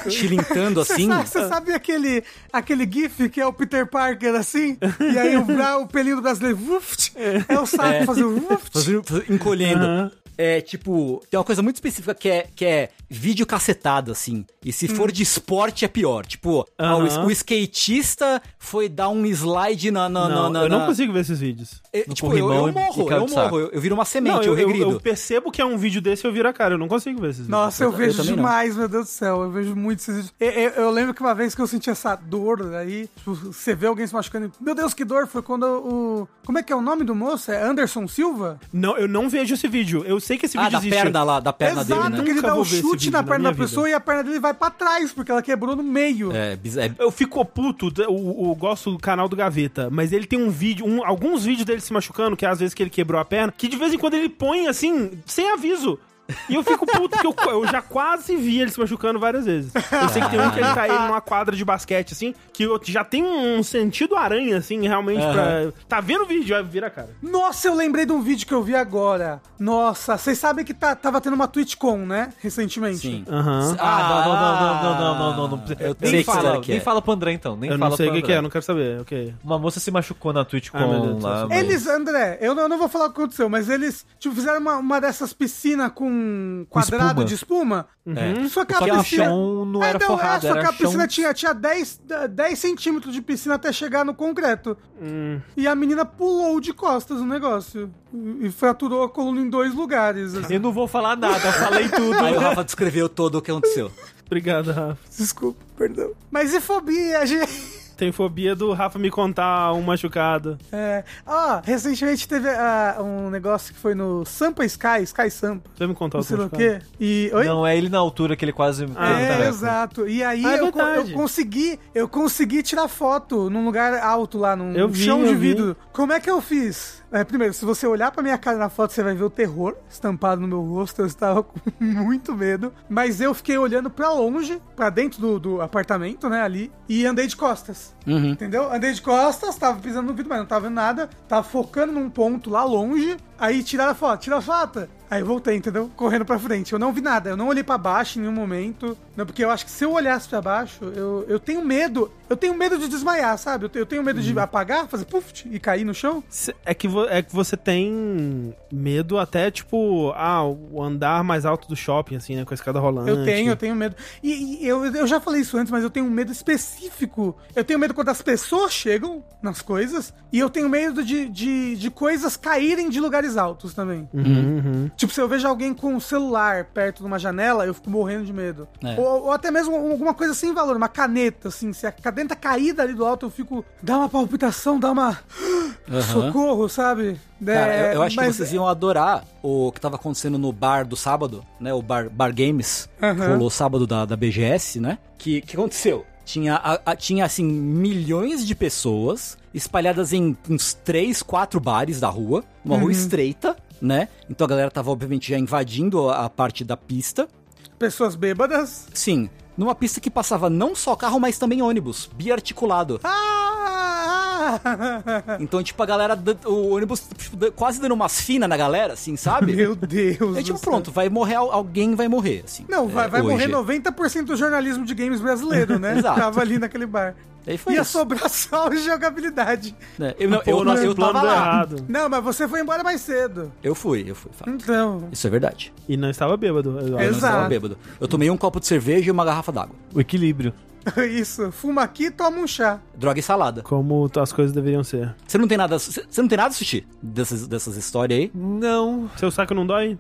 tilintando assim? Você sabe aquele, aquele gif que é o Peter Parker assim? E aí o, bra- o pelinho do brasileiro, wuft, é o saco É. fazer wuft. Fazendo- fazendo- encolhendo. É, tipo, tem uma coisa muito específica que é, que é vídeo cacetado, assim. E se for de esporte, é pior. Tipo, ah, o, es- o skatista foi dar um slide na... na, Não, na, na- eu não na- consigo ver esses vídeos. É, no tipo, eu, eu corrimão e- e morro, caiu eu do saco. morro. Eu, eu viro uma semente, eu, eu, eu, regrido. eu percebo que é um vídeo desse e eu viro a cara. Eu não consigo ver esses vídeos. Nossa, eu, Eu vejo também não. demais, meu Deus do céu. Eu vejo muito esses vídeos. Eu, eu- eu lembro que uma vez que eu senti essa dor aí, tipo, você vê alguém se machucando. e, Meu Deus, que dor! Foi quando o. Como é que é o nome do moço? É Anderson Silva? Não, eu não vejo esse vídeo. Eu sei que esse Ah, vídeo da existe. perna lá, da perna Exato, dele, né? que ele Nunca dá vou um ver esse chute vídeo na na perna da minha vida. pessoa e a perna dele vai pra trás, porque ela quebrou no meio. É, biz- é- Eu fico puto, eu, eu gosto do canal do Gaveta, mas ele tem um vídeo, um- alguns vídeos dele se machucando, que é às vezes que ele quebrou a perna, que de vez em quando ele põe assim, sem aviso. E eu fico puto, porque eu, eu já quase vi ele se machucando várias vezes. Eu sei que tem um que ele caiu numa quadra de basquete, assim, que eu- já tem um sentido aranha, assim, realmente, pra. Tá vendo o vídeo? Aí vira a cara. Nossa, eu lembrei de um vídeo que eu vi agora. Nossa, vocês sabem que tá, tava tendo uma TwitchCon, né? Recentemente. Sim. Aham. Ah, não, não, não, não, não, não, não, não. Eu nem sei que fala, será que nem é. fala pro André então, nem Eu fala não sei o pro que, que é, André. eu não quero saber. Ok. Uma moça se machucou na Twitch com Ah, meu Deus do lá. céu. mas- Eles, André, eu não, eu não vou falar o que aconteceu, mas eles tipo, fizeram uma, uma dessas piscinas com quadrado espuma. de espuma. Uhum. Só que a Só que o piscina... chão não É, era não, é, forrado, só que era a piscina chão... tinha, tinha 10, 10 centímetros de piscina até chegar no concreto. Hum. E a menina pulou de costas o negócio. E, e fraturou a coluna em dois lugares. assim. Eu não vou falar nada, eu falei tudo. Aí o Rafa descreveu todo o que aconteceu. Obrigado, Rafa. Desculpa, perdão. Mas e fobia, gente? Tem fobia do Rafa me contar um machucado. É. Ó, recentemente teve ah, um negócio que foi no Sampa Sky, Sky Sampa, Você me contar não o sei lá o machucado? quê. E. Oi? Não, é ele na altura que ele quase... teve É, tarefa. exato. E aí tá. Ah, é eu, co- eu verdade. consegui, eu consegui tirar foto num lugar alto lá, num Eu vi, chão eu de vi. vidro. Como é que eu fiz? É, primeiro, se você olhar pra minha cara na foto, você vai ver o terror estampado no meu rosto. Eu estava com muito medo, mas eu fiquei olhando pra longe, pra dentro do, do apartamento, né, ali, e andei de costas. Entendeu? Andei de costas, tava pisando no vidro, mas não tava vendo nada, tava focando num ponto lá longe, aí tiraram a foto, tiraram a foto. Aí eu voltei, entendeu? Correndo pra frente. Eu não vi nada, eu não olhei pra baixo em nenhum momento. Não, porque eu acho que se eu olhasse pra baixo, eu, eu tenho medo. Eu tenho medo de desmaiar, sabe? Eu, te- eu tenho medo de apagar, fazer puff e cair no chão. Cê- É que, vo- é que você tem medo até, tipo, ah, o andar mais alto do shopping, assim, né? Com a escada rolando. Eu tenho, eu tenho medo. E, e eu, eu já falei isso antes, mas eu tenho um medo específico. Eu tenho medo quando as pessoas chegam nas coisas. E eu tenho medo de, de, de coisas caírem de lugares altos também. Uhum. Tipo, se eu vejo alguém com um celular perto de uma janela, eu fico morrendo de medo. É. Ou, ou até mesmo um, alguma coisa sem valor, uma caneta, assim. Se a caneta caída ali do alto, eu fico. dá uma palpitação, dá uma. socorro, sabe? Cara, eu, É, eu acho que mas- vocês iam adorar o que tava acontecendo no bar do sábado, né? O bar, bar Games, que Aham. rolou sábado da, da BGS, né? Que que aconteceu? Tinha, a- a- tinha, assim, milhões de pessoas espalhadas em uns três, quatro bares da rua, uma Uhum. rua estreita, né? Então a galera tava, obviamente, já invadindo a- a parte da pista. Pessoas bêbadas. Sim, numa pista que passava não só carro, mas também ônibus, biarticulado. Ah! ah, Então, tipo, a galera, dan- o ônibus tipo, dan- quase dando umas finas na galera, assim, sabe? Meu Deus. É do tipo, céu. pronto, vai morrer, al- alguém vai morrer, assim. Não, É, vai, vai hoje. morrer 90% do jornalismo de games brasileiro, né? Exato. Tava ali naquele bar. Aí foi Ia isso. sobrar só a jogabilidade. É, Eu, não, Pô, eu, nosso eu plano tava deu lá. errado. Não, mas você foi embora mais cedo. Eu fui, eu fui. fato. Então. Isso é verdade. E não estava bêbado, Eduardo. Eu não Exato. estava bêbado. Eu tomei um copo de cerveja e uma garrafa d'água. O equilíbrio. Isso. Fuma aqui, toma um chá. Droga e salada. Como as coisas deveriam ser. Você não tem nada. Você você não tem nada a assistir dessas, dessas histórias aí? Não. Seu saco não dói?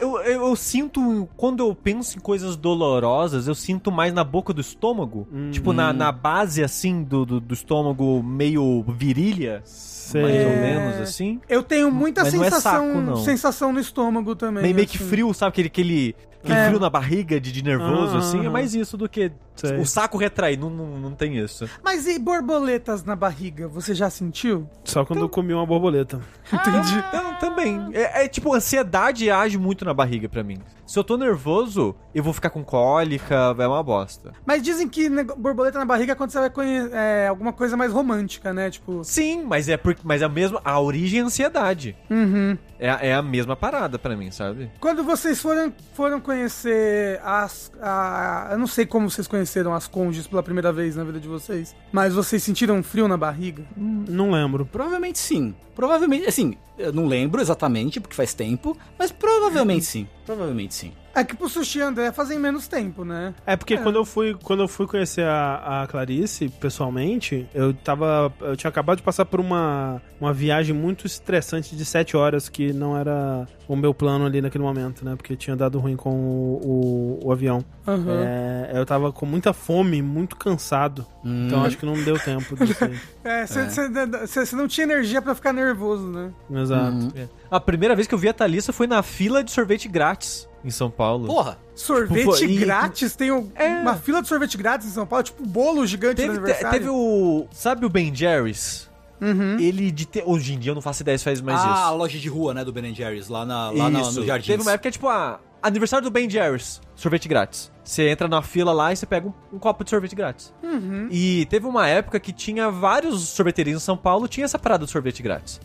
Eu, eu, eu sinto, quando eu penso em coisas dolorosas, eu sinto mais na boca do estômago. Tipo, na, Uhum. na base, assim, do, do, do estômago meio virilha. Mais É. Sei. ou menos, assim. Eu tenho muita Mas não é sensação, saco, não. sensação no estômago também. Meio, meio que assim. frio, sabe? Aquele, aquele, aquele É. frio na barriga de, de nervoso, Ah, assim. É ah, mais isso do que Sei. o saco retrair. Não, não, não tem isso. Mas e borboletas na barriga? Você já sentiu? Só quando eu comi uma borboleta. Entendi. Então, também. É, é tipo, ansiedade age muito na barriga pra mim. Se eu tô nervoso, eu vou ficar com cólica, é uma bosta. Mas dizem que nego- borboleta na barriga é quando você vai conhecer é, alguma coisa mais romântica, né? Tipo. Sim, mas é porque. Mas é a mesma. A origem é a ansiedade. Uhum. É, a- é a mesma parada pra mim, sabe? Quando vocês foram, foram conhecer as. A, eu não sei como vocês conheceram as condes pela primeira vez na vida de vocês, mas vocês sentiram um frio na barriga? Não lembro. Provavelmente sim. Provavelmente, assim, eu não lembro exatamente, porque faz tempo, mas provavelmente sim. Provavelmente sim. É que pro Sushi e André fazem menos tempo, né? É porque quando eu fui quando eu fui conhecer a, a Clarice pessoalmente, eu tava eu tinha acabado de passar por uma, uma viagem muito estressante de 7 horas que não era o meu plano ali naquele momento, né? Porque tinha dado ruim com o, o, o avião. Aham. É, eu tava com muita fome, muito cansado. Hum. Então acho que não deu tempo disso. aí. É, você não tinha energia pra ficar nervoso, né? Exato. Hum. É. A primeira vez que eu vi a Thalissa foi na fila de sorvete grátis em São Paulo. Porra! Sorvete foi- e- grátis? Tem um- É. uma fila de sorvete grátis em São Paulo, tipo bolo gigante no Teve, te- aniversário. teve o. Sabe o Ben Jerry's? Uhum. Ele de ter. Hoje em dia eu não faço ideia se faz mais ah, a isso. loja de rua, né, do Ben Jerry's, lá, na, lá na- no jardim. Teve uma época, tipo, a. Aniversário do Ben Jerry's, sorvete grátis. Você entra na fila lá e você pega um, um copo de sorvete grátis. E teve uma época que tinha vários sorveterias em São Paulo, tinha essa parada do sorvete grátis.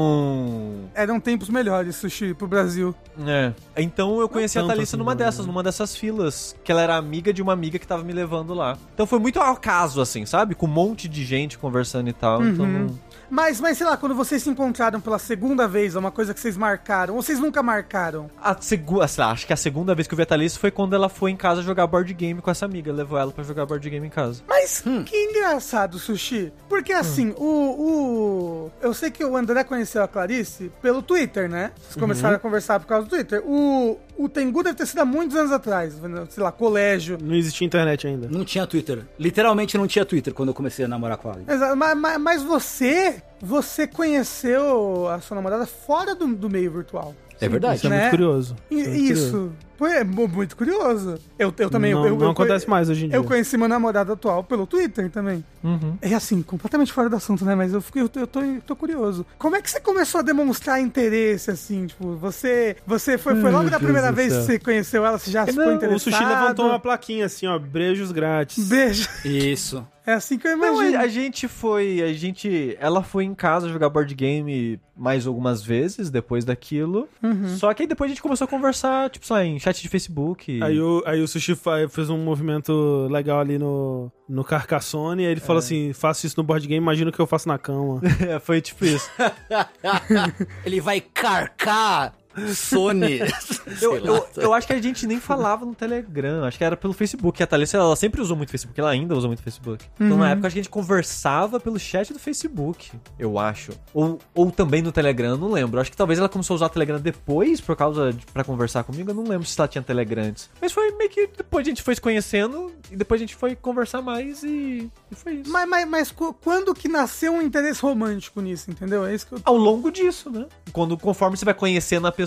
Então. Eram tempos melhores, Sushi, pro Brasil. É. Então eu conheci a tanto Thalissa assim, numa não, dessas, numa dessas filas. Que ela era amiga de uma amiga que tava me levando lá. Então foi muito ao acaso, assim, sabe? Com um monte de gente conversando e tal. Então não- Mas, mas, sei lá, quando vocês se encontraram pela segunda vez, é uma coisa que vocês marcaram, ou vocês nunca marcaram? A segunda. Acho que a segunda vez que eu vi a Thalissa foi quando ela foi em casa jogar board game com essa amiga. Levou ela pra jogar board game em casa. Mas Hum. que engraçado, Sushi. Porque assim, o, o. Eu sei que o André conheceu a Clarice pelo Twitter, né? Uhum. Vocês começaram a conversar por causa do Twitter. O, o Tengu deve ter sido há muitos anos atrás, sei lá, colégio. Não existia internet ainda. Não tinha Twitter. Literalmente não tinha Twitter quando eu comecei a namorar com a Aline. Exato, mas, mas- mas você. Você conheceu a sua namorada fora do, do meio virtual. É verdade. Isso é Né? muito curioso. E- é muito curioso. Isso. Foi é mu- muito curioso. Eu, eu também. não, eu, eu- não eu- acontece mais hoje em dia. Eu conheci meu namorado atual pelo Twitter também. Uhum. É assim, completamente fora do assunto, né? Mas eu, fico, eu, tô- eu tô, eu tô curioso. Como é que você começou a demonstrar interesse, assim? Tipo, você, você foi, foi Ai, logo meu da Deus primeira do vez que céu. É, você conheceu ela, você já ficou Não, interessado? o sushi levantou uma plaquinha assim, ó, brejos grátis. Beijo. Isso. É assim que eu Não, imagino. a, a gente foi. A gente. Ela foi em casa jogar board game mais algumas vezes depois daquilo. Só que aí depois a gente começou a conversar, tipo, só em chat de Facebook. Aí o, aí o Sushi fa- fez um movimento legal ali no, no Carcassonne, aí ele falou assim, faço isso no board game, imagina o que eu faço na cama. É, foi tipo isso. Ele vai carcar Sony. eu, eu, eu acho que a gente nem falava no Telegram, acho que era pelo Facebook. A Thalissa, ela sempre usou muito Facebook, ela ainda usa muito Facebook. Então na época acho que a gente conversava pelo chat do Facebook, eu acho. Ou, ou também no Telegram, eu não lembro. Acho que talvez ela começou a usar o Telegram depois, por causa de, pra conversar comigo. Eu não lembro se ela tinha Telegram antes. Mas foi meio que depois a gente foi se conhecendo, e depois a gente foi conversar mais e, e foi isso. Mas, mas, mas co- quando que nasceu um interesse romântico nisso, entendeu? É isso que eu... ao longo disso, né? Quando, conforme você vai conhecendo a pessoa,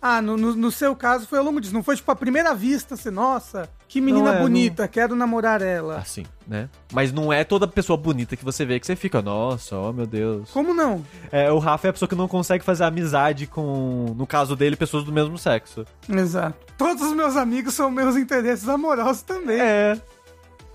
Ah, no, no, no seu caso foi ao longo disso. Não foi tipo a primeira vista, assim, nossa, que menina é, não- bonita, quero namorar ela. Ah. assim, né? Mas não é toda pessoa bonita que você vê que você fica, nossa, oh meu Deus. Como não? É, o Rafa é a pessoa que não consegue fazer amizade com, no caso dele, pessoas do mesmo sexo. Exato. Todos os meus amigos são meus interesses amorosos também. É.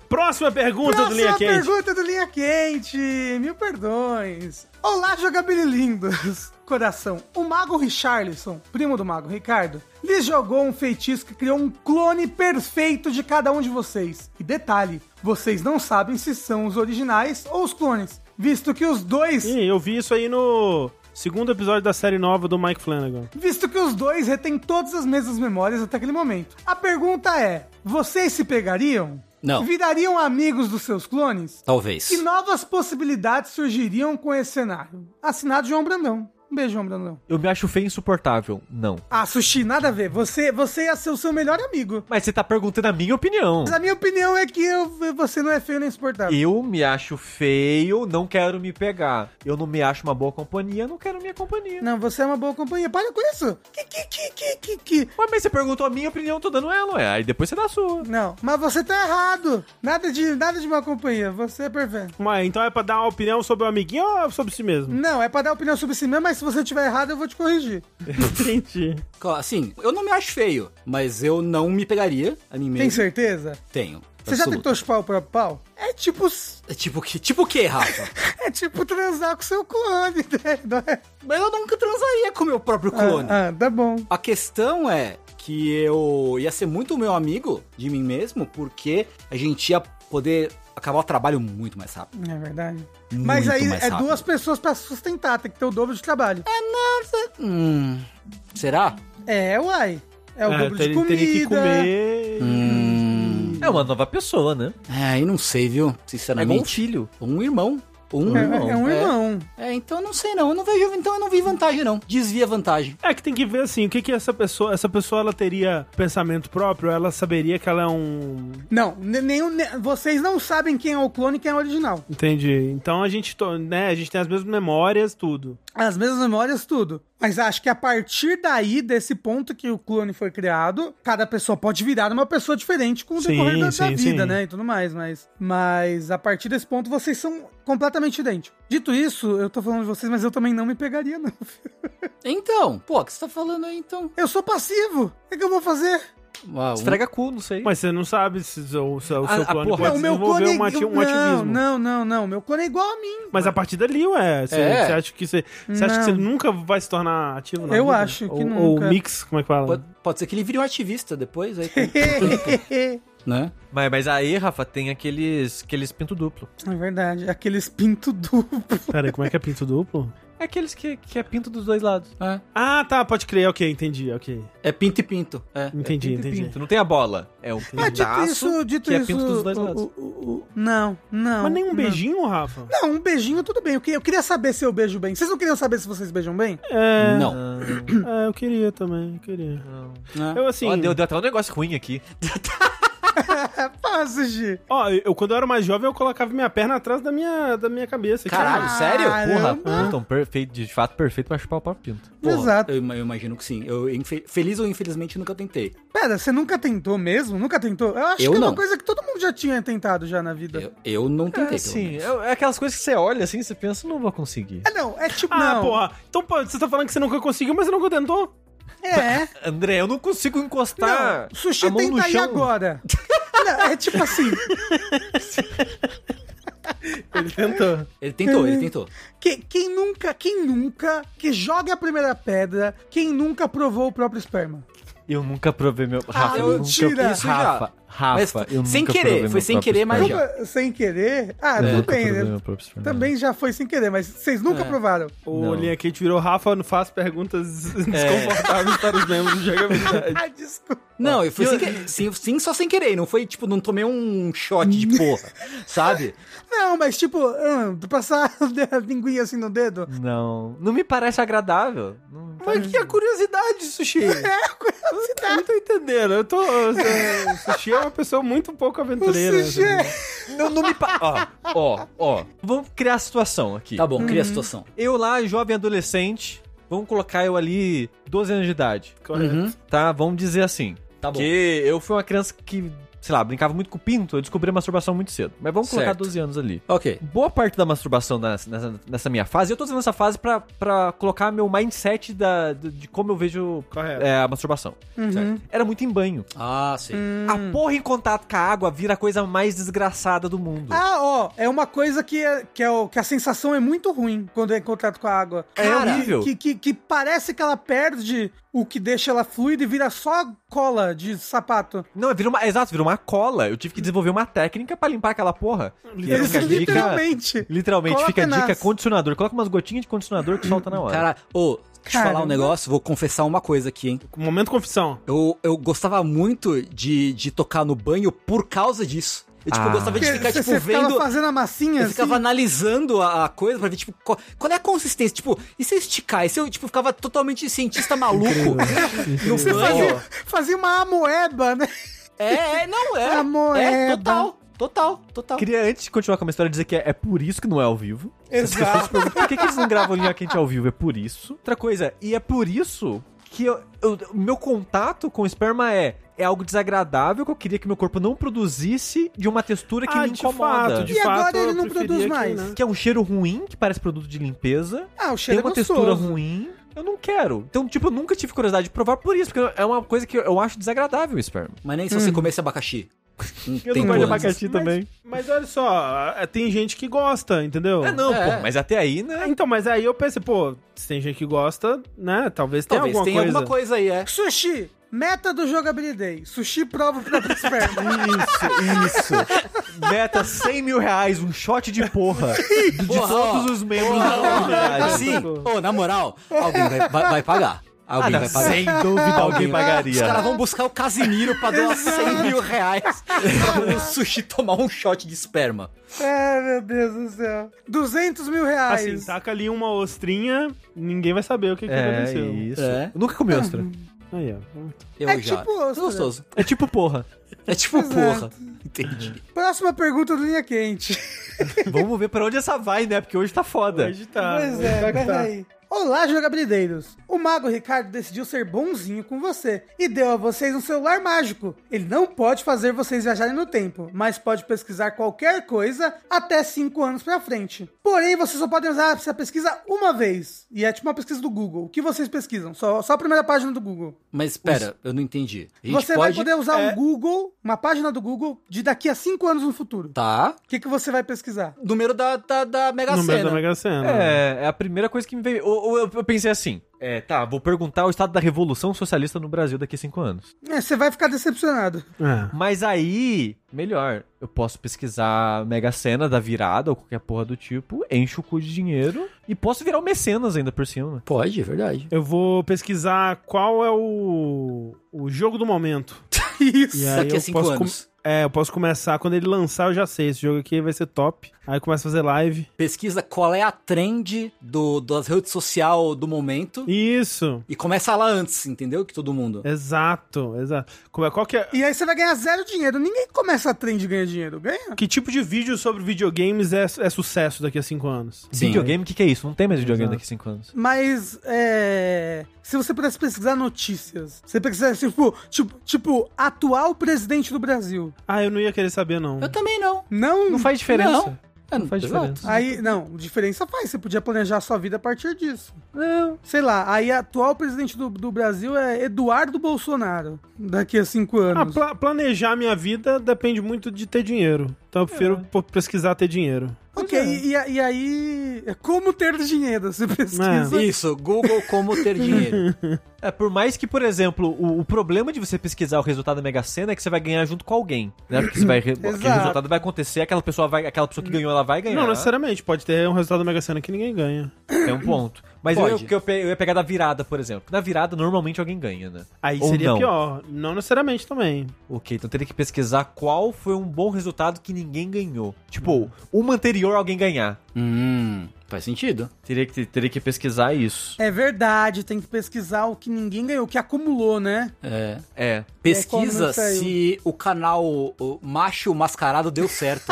Próxima pergunta do Linha Próxima Quente. pergunta do Linha Quente. Mil perdões. Olá, jogabililindos. Coração. O mago Richarlison, primo do mago Ricardo, lhes jogou um feitiço que criou um clone perfeito de cada um de vocês. E detalhe, vocês não sabem se são os originais ou os clones, visto que os dois Ih, eu vi isso aí no segundo episódio da série nova do Mike Flanagan. visto que os dois retêm todas as mesmas memórias até aquele momento. A pergunta é: vocês se pegariam? Não. Virariam amigos dos seus clones? Talvez. Que novas possibilidades surgiriam com esse cenário? Assinado João Brandão. Um beijo, João Brandão. Eu me acho feio e insuportável. Não. Ah, Sushi, nada a ver. Você, você ia ser o seu melhor amigo. Mas você tá perguntando a minha opinião. Mas a minha opinião é que eu- você não é feio nem insuportável. Eu me acho feio, não quero me pegar. Eu não me acho uma boa companhia, não quero minha companhia. Não, você é uma boa companhia. Para com isso. Que, que, que, que, que, que. Ué, mas você perguntou a minha opinião, eu tô dando ela, ué. Aí depois você dá a sua. Não, mas você tá errado. Nada de, nada de uma companhia. Você é perfeito. Mas então é pra dar uma opinião sobre o amiguinho ou sobre si mesmo? Não, é pra dar opinião sobre si mesmo, mas se você tiver errado, eu vou te corrigir. Entendi. Assim, eu não me acho feio, mas eu não me pegaria a mim Tem mesmo. certeza? Tenho. Você já Absoluto. tentou chupar o próprio pau? É tipo. É Tipo que, tipo o que, Rafa? É tipo transar com seu clone, né? Não é? mas eu nunca transaria com o meu próprio clone. Ah, ah, tá bom. A questão é que eu ia ser muito meu amigo de mim mesmo, porque a gente ia poder acabar o trabalho muito mais rápido. É verdade. Mas aí mais é rápido. duas pessoas pra sustentar, tem que ter o dobro de trabalho. Hum. Será? É, uai. É o É, dobro de ter- teria que comida. comer. Hum. É uma nova pessoa, né? É, e não sei, viu? É Sinceramente. um filho. Um irmão. Um É, irmão. é um É. irmão. É, então eu não sei não. Eu não vejo, então eu não vi vantagem, não. Desvia vantagem. É que tem que ver assim, o que que essa pessoa, essa pessoa ela teria pensamento próprio, ela saberia que ela é um, Não, ne- nenhum, ne- vocês não sabem quem é o clone e quem é o original. entendi. Então a gente, to- né, a gente tem as mesmas memórias, tudo. As mesmas memórias, tudo. Mas acho que a partir daí, desse ponto que o clone foi criado, cada pessoa pode virar uma pessoa diferente com o Sim, decorrer da, da sim, vida, sim. né? E tudo mais. Mas, mas a partir desse ponto, vocês são completamente idênticos. Dito isso, eu tô falando de vocês, mas eu também não me pegaria, não. Então, pô, o que você tá falando aí, então? Eu sou passivo. O que, que eu vou fazer? Ah, um- Esfrega cu, não sei. Mas você não sabe se o, seu- se o seu A- a clone porra- pode Não, meu desenvolver é um, ati- eu- um não, ativismo. não, não, não. Meu clone é igual a mim. Mas a partir dali, ué, você, É. você acha que você, você acha que Não. você nunca vai se tornar ativo na Eu vida? acho que ou, nunca. Ou mix, como é que fala? Pode, pode ser que ele vire um ativista depois, aí, é né? Mas, mas aí, Rafa, tem aqueles, aqueles pinto duplo. verdade. Aqueles pinto duplo. Peraí, como é que é pinto duplo? Aqueles que, que é pinto dos dois lados. É, Ah, tá, pode crer, ok, entendi, ok. é pinto e pinto. É. Entendi, Pinto e entendi. pinto, Não tem a bola. É um Ah, dito pedaço isso, dito que isso. é pinto dos dois o- lados. o- o- o- não, não. Mas nem um não. beijinho, Rafa? Não, um beijinho tudo bem. Eu que- eu queria saber se eu beijo bem. Vocês não queriam saber se vocês beijam bem? É, Não. é, eu queria também, eu queria. Não. né? Eu, assim, Ó, deu, deu até um negócio ruim aqui. É fácil, Gi. ó, eu quando eu era mais jovem, eu colocava minha perna atrás da minha, da minha cabeça. aqui. Caralho, sério? Caramba. Porra, então perfeito, de fato perfeito pra chupar o papo pinto. Porra, Exato. Eu, ima- eu imagino que sim. Eu, infe- feliz ou infelizmente, nunca tentei. Pera, você nunca tentou mesmo? Nunca tentou? Eu acho Eu que é uma não. coisa que todo mundo já tinha tentado já na vida. Eu, eu não tentei, É, pelo sim, menos. é, é aquelas coisas que você olha assim e você pensa, não vou conseguir. É, não, é tipo, Ah, não. porra. Então, pô, você tá falando que você nunca conseguiu, mas você nunca tentou? É. André, eu não consigo encostar Não, sushi Ah, a mão no tenta aí chão. agora. Não, é tipo assim, Ele tentou. Ele tentou, ele tentou. que, quem nunca, quem nunca, que joga a primeira pedra, quem nunca provou o próprio esperma. Eu nunca provei meu... Rafa, eu mentira. nunca... Isso já. Rafa, Rafa, Mas eu sem nunca querer, provei foi meu sem próprio querer, mas esperma. já. Nunca, sem querer? Ah, É, tudo nunca bem, provei né? meu próprio esperma. Também já foi sem querer, mas vocês nunca É. provaram. O Não. Linha Kate virou Rafa, não faz perguntas né? desconfortáveis para os membros do jogabilidade. Ah, desculpa. Não, eu fui sem querer. Sim, sim, só sem querer. Não foi, tipo, não tomei um shot de porra, sabe? Não, mas tipo, hum, passar a linguinha assim no dedo. Não, não me parece agradável. Não, Mas que a curiosidade, Sushi. É, curiosidade. Eu não tô entendendo. Eu tô. O Sushi é uma pessoa muito pouco O aventureira. assim. sushi é- não, não me parece... ó, ó, ó. Vamos criar a situação aqui. Tá bom, Uhum. cria a situação. Eu lá, jovem adolescente, vamos colocar eu ali 12 anos de idade, Correto. Uhum. tá? Vamos dizer assim. Tá bom. Porque eu fui uma criança que sei lá, brincava muito com o pinto, eu descobri a masturbação muito cedo. Mas vamos colocar Certo. 12 anos ali. Ok. Boa parte da masturbação nas- nessa, nessa minha fase, eu tô usando essa fase pra, pra colocar meu mindset da, de, de como eu vejo Correto. é, a masturbação. Uhum. Era muito em banho. Ah, sim. Hum. A porra em contato com a água vira a coisa mais desgraçada do mundo. Ah, ó, é uma coisa que, é, que, é o, que a sensação é muito ruim quando é em contato com a água. Cara, é horrível. Que, que, que parece que ela perde o que deixa ela fluida e vira só cola de sapato. Não, vira uma. Exato, vira uma cola. Eu tive que desenvolver uma técnica pra limpar aquela porra. E aí Eles- fica a dica- literalmente. Literalmente, Cola fica a dica tenaz. condicionador. Coloca umas gotinhas de condicionador que solta na hora. Cara, ô, deixa eu te falar um Caramba. negócio, vou confessar uma coisa aqui, hein? Momento confissão. Eu, eu gostava muito de, de tocar no banho por causa disso. Eu, tipo, Ah. gostava de Porque ficar, você tipo, ficava vendo. fazendo a massinha Eu assim. ficava analisando a, a coisa pra ver, tipo, qual, qual é a consistência? Tipo, e se eu esticar? E se eu, tipo, ficava totalmente cientista maluco? no né? Você fazia, banho? fazia uma amoeba, né? É, é, não, é. A É, moeda. total, total, total. Queria, antes de continuar com a minha história, dizer que é, é por isso que não é ao vivo. Exato. Por que, que eles não gravam linha quente ao vivo? É por isso. Outra coisa, e é por isso que eu- eu- o meu contato com esperma é, é algo desagradável que eu queria que meu corpo não produzisse de uma textura que Ah, me de incomoda. fato, de E agora fato, ele eu não preferia produz que, mais. né? Que é um cheiro ruim, que parece produto de limpeza. Ah, o tem cheiro uma é textura gostoso. ruim. Eu não quero. Então, tipo, eu nunca tive curiosidade de provar por isso, porque é uma coisa que eu acho desagradável o esperma. Mas nem se você comesse abacaxi. Não Eu tem não gosto de como. abacaxi Mas- também. Mas olha só, é, tem gente que gosta, entendeu? É, não, É. pô, mas até aí, né? É, Então, mas aí eu pensei, pô, se tem gente que gosta, né? Talvez tenha Talvez alguma tenha coisa. alguma coisa aí, é. Sushi, meta do jogabilidade. Sushi prova o próprio esperma. Isso, isso. Meta 100 mil reais, um shot de porra. De Porra, todos ó. os membros da comunidade. Sim, ô, na moral, alguém vai, vai- vai pagar. Alguém Ah, vai não, pagar. sem dúvida alguém Os pagaria. caras vão buscar o Casimiro pra doar 100 mil reais pra o sushi tomar um shot de esperma. é, meu Deus do céu. 200 mil reais. Assim, taca ali uma ostrinha, ninguém vai saber o que, que É aconteceu. isso. É. Eu nunca comi ostra. Aí, ó. Eu É já. tipo ostra. Gostoso. É tipo porra. É tipo Exato. porra. Entendi. Próxima pergunta do Linha Quente. Vamos ver pra onde essa vai, né? Porque hoje tá foda. Hoje tá. pois hoje tá é, que tá. peraí. Olá, jogabilideiros. O mago Ricardo decidiu ser bonzinho com você e deu a vocês um celular mágico. Ele não pode fazer vocês viajarem no tempo, mas pode pesquisar qualquer coisa até 5 anos pra frente. Porém, vocês só podem usar essa pesquisa uma vez. E é tipo uma pesquisa do Google. O que vocês pesquisam? Só, só a primeira página do Google. Mas espera, eu não entendi. A gente Você vai pode... poder usar é- um Google, uma página do Google, de daqui a 5 anos no futuro. Tá. O que, que você vai pesquisar? Número da, da, da Mega Número Sena. da Mega Sena. É, é a primeira coisa que me veio. Ou, ou eu eu pensei assim: é, tá, vou perguntar o estado da Revolução Socialista no Brasil daqui a cinco anos. É, você vai ficar decepcionado. É. Mas aí, melhor, eu posso pesquisar Mega Sena da virada ou qualquer porra do tipo, encho o cu de dinheiro e posso virar o mecenas ainda por cima. Pode, é verdade. Eu vou pesquisar qual é o, o jogo do momento. Isso. E aí Daqui a eu 5 posso anos. É, eu posso começar. Quando ele lançar, eu já sei. Esse jogo aqui vai ser top. Aí começa a fazer live. Pesquisa qual é a trend do, das redes sociais do momento e... Isso. começa lá antes, entendeu? Que todo mundo. Exato, exato. Como é, qual que é, E aí você vai ganhar zero dinheiro. Ninguém começa a trend de ganhar dinheiro. Ganha? Que tipo de vídeo sobre videogames é, é sucesso daqui a cinco anos? Sim. Videogame, o que, que é isso? Não tem mais videogame Exato. daqui a cinco anos. Mas, é... Se você pudesse pesquisar notícias, você pesquisar, tipo, tipo, tipo, atual presidente do Brasil. Ah, eu não ia querer saber, não. Eu também não. Não... Não faz diferença. Não. É, Não faz exato. diferença. Aí, não, diferença faz. Você podia planejar a sua vida a partir disso. Não. Sei lá, aí atual presidente do, do Brasil é Eduardo Bolsonaro, daqui a cinco Ah, anos. pla- planejar minha vida depende muito de ter dinheiro. Então eu prefiro po- pesquisar ter dinheiro. ok, e, a- e aí. é Como ter dinheiro? Você É. pesquisa. Isso, Google como ter dinheiro. É, por mais que, por exemplo, o, o problema de você pesquisar o resultado da Mega Sena é que você vai ganhar junto com alguém. Né? Porque você vai re- aquele resultado vai acontecer, aquela pessoa vai, aquela pessoa que ganhou, ela vai ganhar. Não necessariamente, pode ter um resultado da Mega Sena que ninguém ganha. É um ponto. Mas eu, Pode. ia- que eu, pe- eu ia pegar da virada, por exemplo. Na virada, normalmente alguém ganha, né? Aí Ou seria não. pior. Não necessariamente também. Ok, então teria que pesquisar qual foi um bom resultado que ninguém ganhou. Tipo, uma anterior alguém ganhar. hum, faz sentido. Teria que, teria que pesquisar isso. É verdade, tem que pesquisar o que ninguém ganhou, o que acumulou, né? É. É. Pesquisa É como saiu. se o canal o Macho Mascarado deu certo.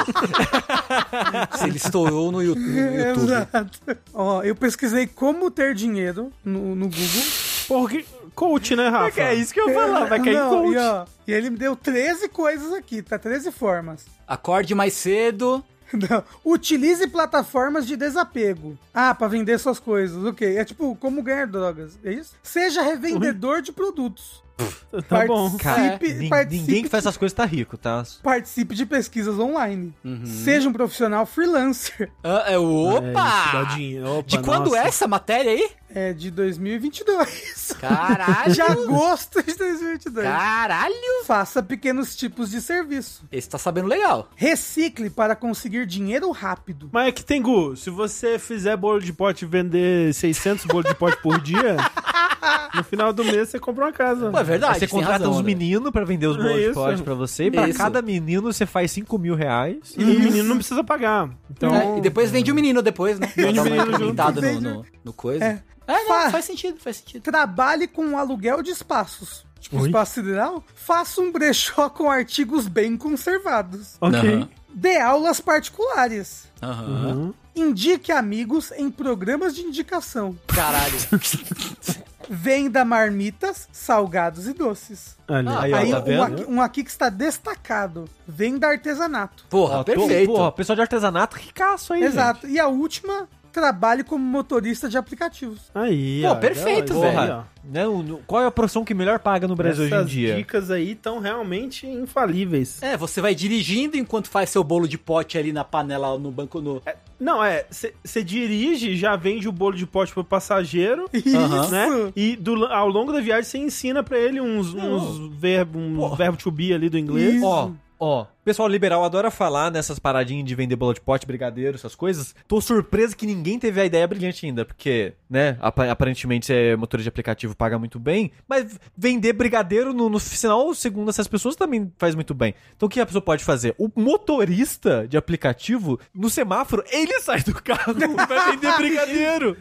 se ele estourou no YouTube. No É, É YouTube. Exato. Ó, eu pesquisei como ter dinheiro no, no Google. Porra, que- coach, né, Rafa? É isso que eu ia falar, vai cair Não, coach. E, ó, e ele me deu 13 coisas aqui, tá? 13 formas. Acorde mais cedo. Não. Utilize plataformas de desapego. Ah, pra vender suas coisas. Ok. É tipo, como ganhar drogas. É isso? Seja revendedor de produtos. Tá bom. Cara, Participe, nin- participe, ninguém que faz essas coisas tá rico, tá? participe de pesquisas online. Uhum. Seja um profissional freelancer. Ah, é, É, opa! isso dá dinheiro. Opa, de quando nossa. é essa matéria aí? É de 2022. Caralho! É De agosto de 2022. Caralho! Faça pequenos tipos de serviço. Esse tá sabendo legal. Recicle para conseguir dinheiro rápido. Mas é que tem Gu, se você fizer bolo de pote e vender 600 bolos de pote por dia, no final do mês você compra uma casa. Pô, é Aí verdade. você tem contrata razão, uns né? meninos pra vender os É bolos de isso. pote pra você, e pra Isso. cada menino você faz 5 mil reais. E o menino não precisa pagar. Então, É, e depois vende o menino depois, né? Vende Dá o uma menino incrementada junto. no, no, no coisa. É. É, não, Fa- faz sentido, faz sentido. Trabalhe com aluguel de espaços. Tipo, Oi? espaço sideral. Faça um brechó com artigos bem conservados. ok. Aham. Dê aulas particulares. Aham. Uhum. Indique amigos em programas de indicação. Caralho. Venda marmitas, salgados e doces. Olha, Ah, aí, ó, Aí tá um vendo? aqui- um aqui que está destacado. Venda artesanato. Porra, Ó, tô- Ah, perfeito. Porra, pessoal de artesanato ricaço aí, Exato. E a última, trabalhe como motorista de aplicativos. Aí, Pô, ó, perfeito, olha aí, velho. ó. Né, o- no- qual é a profissão que melhor paga no Brasil Essas hoje em dia? dicas aí estão realmente infalíveis. É, você vai dirigindo enquanto faz seu bolo de pote ali na panela, no banco, no... Não, é, você dirige, já vende o bolo de pote pro passageiro, Isso. né? E do la- ao longo da viagem você ensina pra ele uns, uns verbos, um Pô. verbo to be ali do inglês. Isso. Ó, ó, o pessoal liberal adora falar nessas paradinhas de vender bola de pote, brigadeiro, essas coisas. Tô surpreso que ninguém teve a ideia brilhante ainda, porque, né, apa- aparentemente ser motorista de aplicativo paga muito bem, mas vender brigadeiro no, no final, segundo essas pessoas, também faz muito bem. Então o que a pessoa pode fazer? O motorista de aplicativo, no semáforo, ele sai do carro e vai vender brigadeiro.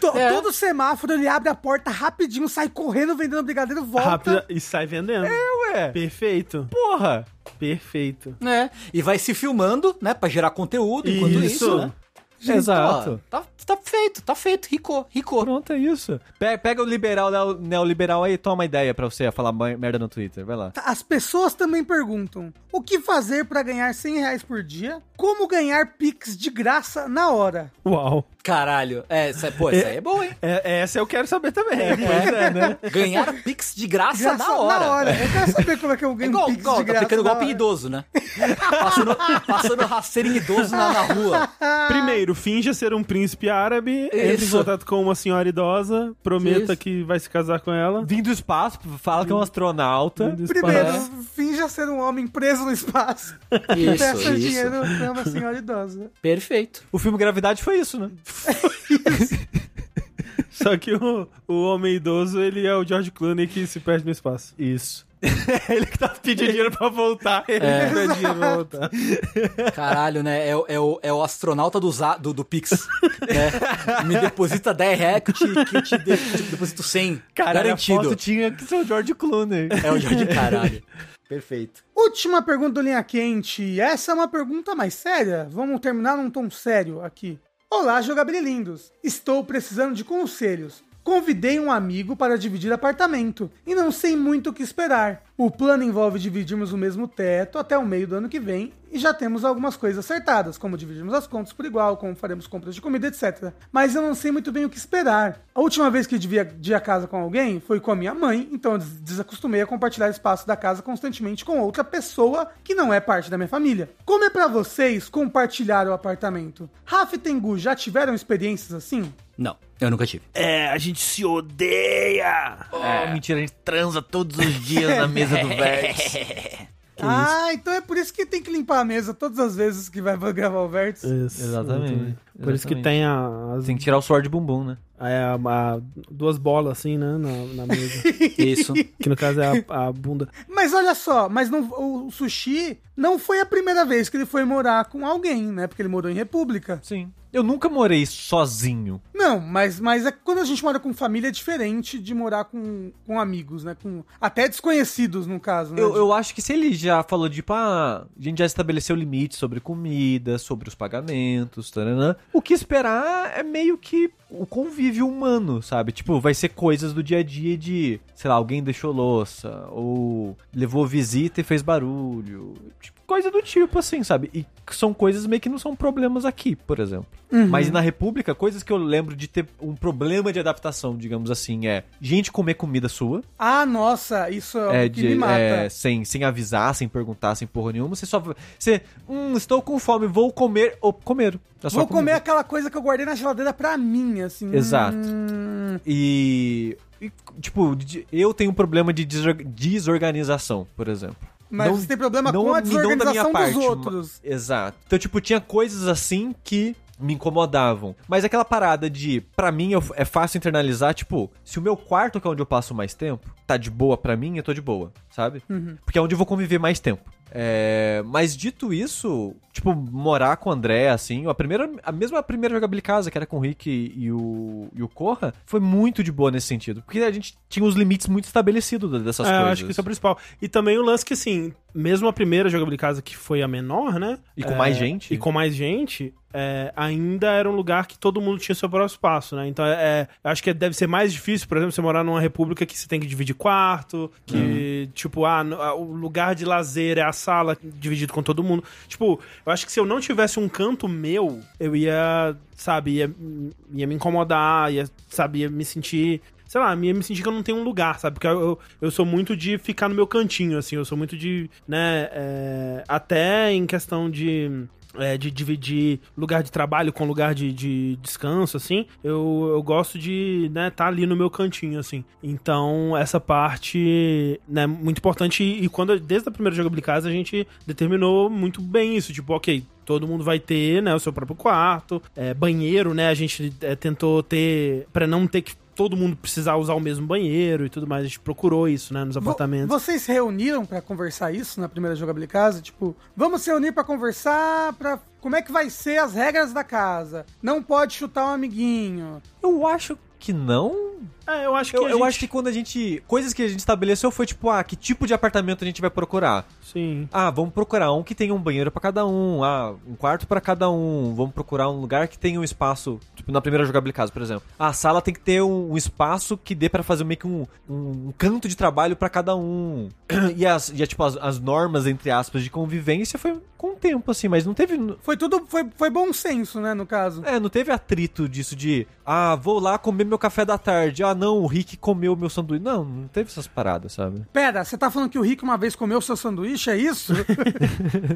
To- É. Todo semáforo ele abre a porta rapidinho, sai correndo, vendendo brigadeiro, volta. Rápida e sai vendendo. Ué, Perfeito, porra. perfeito. É, e vai se filmando, né, pra gerar conteúdo enquanto isso, Isso. né? Exato. Ó, tá, tá feito, tá feito, ricou, ricou. Pronto, é isso. Pe- Pega, o liberal, neo- neoliberal aí e toma ideia pra você falar ma- merda no Twitter. Vai lá. As pessoas também perguntam: o que fazer para ganhar 100 reais por dia? Como ganhar Pix de graça na hora? Uau. Caralho, é, essa, pô, essa aí é boa, hein? É, essa eu quero saber também. É, né? Ganhar Pix de graça, Graça na hora. Eu quero saber como é que eu É ganho igual, Pix igual de tá graça. aplicando na golpe em hora. idoso, né? passando, passando rasteiro em idoso na, na rua. Ah, Primeiro, finja ser um príncipe árabe, entre em Isso. contato com uma senhora idosa, prometa Isso. que vai se casar com ela. Vindo do espaço, fala que é um astronauta. Primeiro, Disparado. finja ser um homem preso no espaço. Peça Isso, isso. dinheiro pra uma senhora idosa. Perfeito. O filme Gravidade foi isso, né? Só que o, o homem idoso, ele é o George Clooney que se perde no espaço. Isso. Ele que tá pedindo dinheiro pra voltar. É. Perde dinheiro pra voltar. Caralho, né? É, o- é o, é o astronauta do, Za- do, do Pix. né? Me deposita 10 reais que eu te, que eu te, de, te deposito 100. é Cara, a garantido. foto tinha que ser o George Clooney. É o dia de caralho. Perfeito. Última pergunta do Linha Quente. Essa é uma pergunta mais séria. Vamos terminar num tom sério aqui. Olá, jogabililindos. Estou precisando de conselhos. Convidei um amigo para dividir apartamento e não sei muito o que esperar. O plano envolve dividirmos o mesmo teto até o meio do ano que vem e já temos algumas coisas acertadas, como dividirmos as contas por igual, como faremos compras de comida, etc. Mas eu não sei muito bem o que esperar. A última vez que eu dividi a casa com alguém foi com a minha mãe, então eu des- desacostumei a compartilhar espaço da casa constantemente com outra pessoa que não é parte da minha família. Como é pra vocês compartilhar o apartamento? Rafa e Tengu já tiveram experiências assim? Não, eu nunca tive. É, a gente se odeia. Oh, mentira, a gente transa todos os dias na mesa do Vértice. ah, então é por isso que tem que limpar a mesa todas as vezes que vai gravar o vértice. Isso, Exatamente. Por isso que Exatamente. tem a- as Tem que tirar o suor de bumbum, né? É, a- a- duas bolas assim, né? Na, na mesa. Isso. que no caso é a, a bunda. Mas olha só, mas não- o sushi não foi a primeira vez que ele foi morar com alguém, né? Porque ele morou em república. Sim. Eu nunca morei sozinho. Não, mas, mas é que quando a gente mora com família é diferente de morar com, com amigos, né? Com, até desconhecidos, no caso, né? Eu, eu acho que se ele já falou, tipo, ah, a gente já estabeleceu limites sobre comida, sobre os pagamentos, taranã, o que esperar é meio que o convívio humano, sabe? Tipo, vai ser coisas do dia a dia de, sei lá, alguém deixou louça, ou levou visita e fez barulho. Tipo, coisa do tipo, assim, sabe? E são coisas meio que não são problemas aqui, por exemplo. Uhum. Mas na República, coisas que eu lembro de ter um problema de adaptação, digamos assim, é gente comer comida sua. Ah, nossa, isso é, É, o que de- me mata. é, sem, sem avisar, sem perguntar, sem porra nenhuma. Você só. Você. Hum, estou com fome, vou comer. Ou comer. É só Vou comida. comer aquela coisa que eu guardei na geladeira pra mim, assim. Exato. Hum, E. e, tipo, de- eu tenho um problema de desor- desorganização, por exemplo. mas Não- você tem problema não- com a não da minha desorganização parte, dos ma- outros. Exato. Então, tipo, tinha coisas assim que me incomodavam. Mas aquela parada de, pra mim, eu- é fácil internalizar, tipo, se o meu quarto, que é onde eu passo mais tempo, tá de boa pra mim, eu tô de boa, sabe? Uhum. Porque é onde eu vou conviver mais tempo. É, mas dito isso, tipo, morar com o André, assim, a primeira, a mesma primeira jogabilidade casa, que era com o Rick e o, e o Corra, foi muito de boa nesse sentido. Porque a gente tinha os limites muito estabelecidos dessas É, eu coisas. acho que isso é o principal. E também o lance que, assim, mesmo a primeira jogabilidade casa que foi a menor, né? E com É, mais gente. E com mais gente, é, ainda era um lugar que todo mundo tinha seu próprio espaço, né? Então, é, eu acho que deve ser mais difícil, por exemplo, você morar numa república que você tem que dividir quarto, que, tipo, ah, no- ah, o lugar de lazer é a sala dividido com todo mundo. Tipo, eu acho que se eu não tivesse um canto meu, eu ia, sabe, ia, ia me incomodar, ia, sabe, ia me sentir sei lá, me, me senti que eu não tenho um lugar, sabe? Porque eu, eu, eu sou muito de ficar no meu cantinho, assim, eu sou muito de, né, é, até em questão de. é, de dividir lugar de trabalho com lugar de, de descanso, assim, eu, eu gosto de, né, tá ali no meu cantinho, assim. Então, essa parte, né, muito importante. E, e quando, desde a primeira jogabilidade, a gente determinou muito bem isso. Tipo, ok, Todo mundo vai ter, né, o seu próprio quarto, é, banheiro, né? A gente é, tentou ter Pra não ter que todo mundo precisar usar o mesmo banheiro e tudo mais. A gente procurou isso, né, nos Vo- apartamentos. Vocês se reuniram pra conversar isso na primeira jogabilidade casa? Tipo, vamos se reunir pra conversar pra como é que vai ser as regras da casa. Não pode chutar um amiguinho. Eu acho que não, É, eu acho que a Eu, eu gente- acho que quando a gente. Coisas que a gente estabeleceu foi tipo, ah, que tipo de apartamento a gente vai procurar? sim. Ah, vamos procurar um que tenha um banheiro pra cada um, ah, um quarto pra cada um, vamos procurar um lugar que tenha um espaço, tipo na primeira jogabilidade, casa, por exemplo. A sala tem que ter um, um espaço que dê pra fazer meio que um, um canto de trabalho pra cada um. E as, e, tipo, as, as normas, entre aspas, de convivência foi com o tempo, assim, mas não teve. Foi tudo, foi, foi bom senso, né, no caso. É, não teve atrito disso de, ah, vou lá comer meu café da tarde, ah, não, o Rick comeu meu sanduíche. Não, não teve essas paradas, sabe? Pera, você tá falando que o Rick uma vez comeu seu sanduíche, é isso?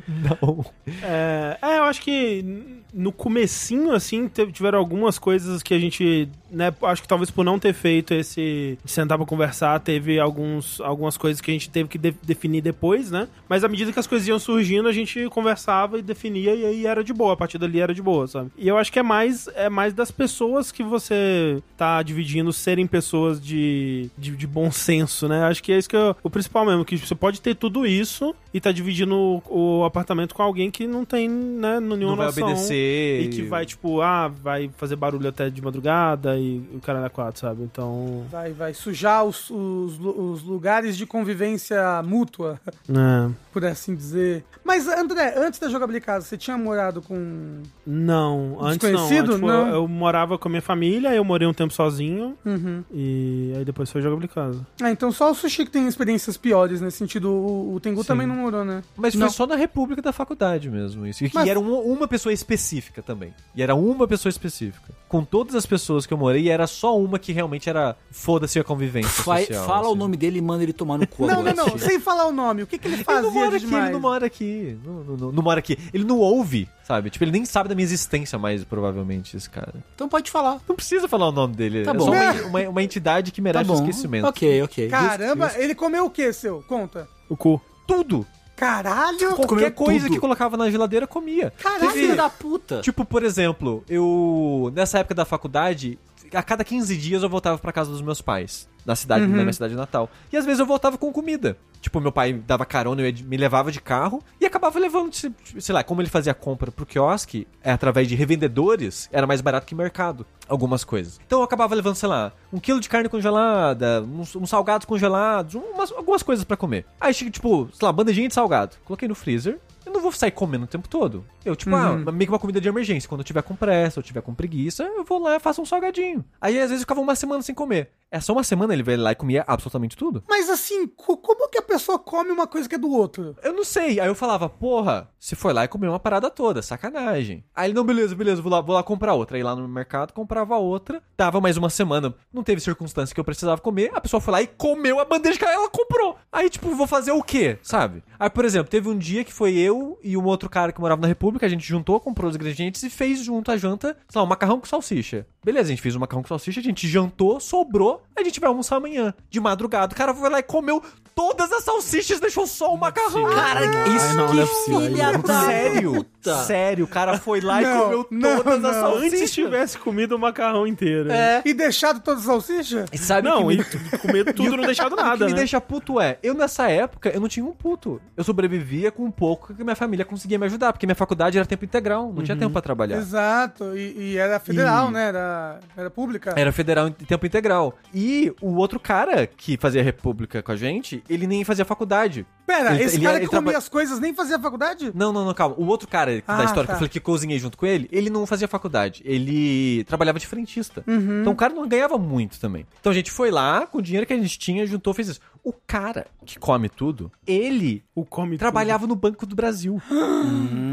Não. É, é, eu acho que n- no comecinho, assim, teve- tiveram algumas coisas que a gente, né, acho que talvez por não ter feito esse de sentar pra conversar, teve alguns, algumas coisas que a gente teve que de- definir depois, né? Mas à medida que as coisas iam surgindo, a gente conversava e definia e aí era de boa, a partir dali era de boa, sabe? E eu acho que é mais, é mais das pessoas que você tá dividindo serem pessoas de, de, de bom senso, né? Acho que é isso que é o principal mesmo, que você pode ter tudo isso e tá dividindo o, o apartamento com alguém que não tem, né, nenhuma não vai noção. obedecer. E que vai, tipo, ah, vai fazer barulho até de madrugada e o cara da quatro, sabe? Então. Vai, vai sujar os, os lu- os lugares de convivência mútua. né, por assim dizer. Mas, André, antes da jogabilidade casa, você tinha morado com. um, Não, antes não. Desconhecido? Tipo, Não. Eu, eu morava com a minha família, eu morei um tempo sozinho Uhum. e aí depois foi jogar de casa. Ah, então só o Sushi que tem experiências piores nesse sentido. O, o Tengu Sim. também não morou, né? Mas foi Não. só na República da Faculdade mesmo isso. E que Mas- era um- uma pessoa específica também. E era uma pessoa específica. Com todas as pessoas que eu morei, era só uma que realmente era foda-se a convivência Vai- social. fala o assim. nome dele e manda ele tomar no cu. Não, não, agora, não. assim. Sem falar o nome. O que, que ele Ele não fazia mora de aqui, demais? ele não mora aqui. Não, não, não, não mora aqui. Ele não ouve, sabe? Tipo, ele nem sabe da minha existência mais, provavelmente, esse cara. Então pode falar. Não precisa falar o nome dele. Tá é bom. só uma, uma- uma entidade que Tá merece bom. esquecimento. Ok, ok. Caramba, ele comeu o que, seu? Conta. O cu. Tudo. Caralho! Qualquer Comeu coisa tudo. que colocava na geladeira, comia. Caralho, Teve- filho da puta. Tipo, por exemplo, eu. Nessa época da faculdade, a cada 15 dias eu voltava pra casa dos meus pais. Na cidade, na minha cidade natal. E às vezes eu voltava com comida. Tipo, meu pai dava carona, eu ia de- me levava de carro e acabava levando, se- sei lá, como ele fazia a compra pro quiosque, é, através de revendedores, era mais barato que mercado, algumas coisas. Então eu acabava levando, sei lá, um quilo de carne congelada, uns, uns salgados congelados, umas, algumas coisas pra comer. Aí, chega, tipo, sei lá, bandejinha de salgado. Coloquei no freezer, eu não vou sair comendo o tempo todo. Eu, tipo, ah, meio que uma comida de emergência. Quando eu tiver com pressa, ou tiver com preguiça, eu vou lá e faço um salgadinho. Aí, às vezes, eu ficava uma semana sem comer. É só uma semana ele veio lá e comia absolutamente tudo? Mas assim, co- como que a pessoa come uma coisa que é do outro? Eu não sei. Aí eu falava, porra, você foi lá e comeu uma parada toda, sacanagem. Aí ele, não, beleza, beleza, vou lá, vou lá comprar outra. Aí lá no mercado comprava outra, dava mais uma semana, não teve circunstância que eu precisava comer, a pessoa foi lá e comeu a bandeja que ela comprou. Aí, tipo, vou fazer o quê, sabe? Aí, por exemplo, teve um dia que foi eu e um outro cara que morava na República, a gente juntou, comprou os ingredientes e fez junto a janta, sei lá, um macarrão com salsicha. Beleza, a gente fez um macarrão com salsicha, a gente jantou, sobrou, a gente vai almoçar amanhã. De madrugada, o cara foi lá e comeu todas as salsichas, deixou só o macarrão. Cara, isso não, que não é possível, filha aí não. da Sério? puta. Sério, o cara foi lá e Não, comeu não, todas as não. salsichas. Antes tivesse comido o macarrão inteiro. É. E deixado todas as salsichas? E sabe Não, que e tu- comer tudo e não deixado O que nada, me né? deixa puto é, eu nessa época, eu não tinha um puto. Eu sobrevivia com um pouco que minha família conseguia me ajudar, porque minha faculdade era tempo integral, não Uhum. tinha tempo pra trabalhar. Exato. E, e era federal, né? Era, era pública. Era federal em tempo integral. E o outro cara que fazia república com a gente, ele nem fazia faculdade. Pera, Ele- esse ele- cara ele que comia traba- as coisas nem fazia faculdade? Não, não, não, calma. O outro cara Ah, da história tá. que eu falei que eu cozinhei junto com ele, ele não fazia faculdade. Ele trabalhava de frentista. Uhum. Então o cara não ganhava muito também. Então a gente foi lá, com o dinheiro que a gente tinha, juntou, fez isso. O cara que come tudo, ele O come trabalhava no Banco do Brasil.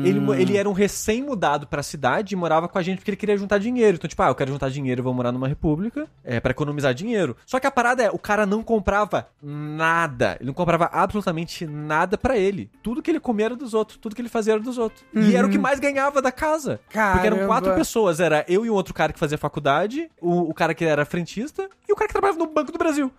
ele, mo- ele era um recém-mudado pra cidade e morava com a gente porque ele queria juntar dinheiro. Então, tipo, ah, eu quero juntar dinheiro, eu vou morar numa república é, para economizar dinheiro. Só que a parada é, o cara não comprava nada. Ele não comprava absolutamente nada pra ele. Tudo que ele comia era dos outros, tudo que ele fazia era dos outros. E era o que mais ganhava da casa. Porque eram Caramba. quatro pessoas. Era eu e um outro cara que fazia faculdade, o, o cara que era frentista e o cara que trabalhava no Banco do Brasil.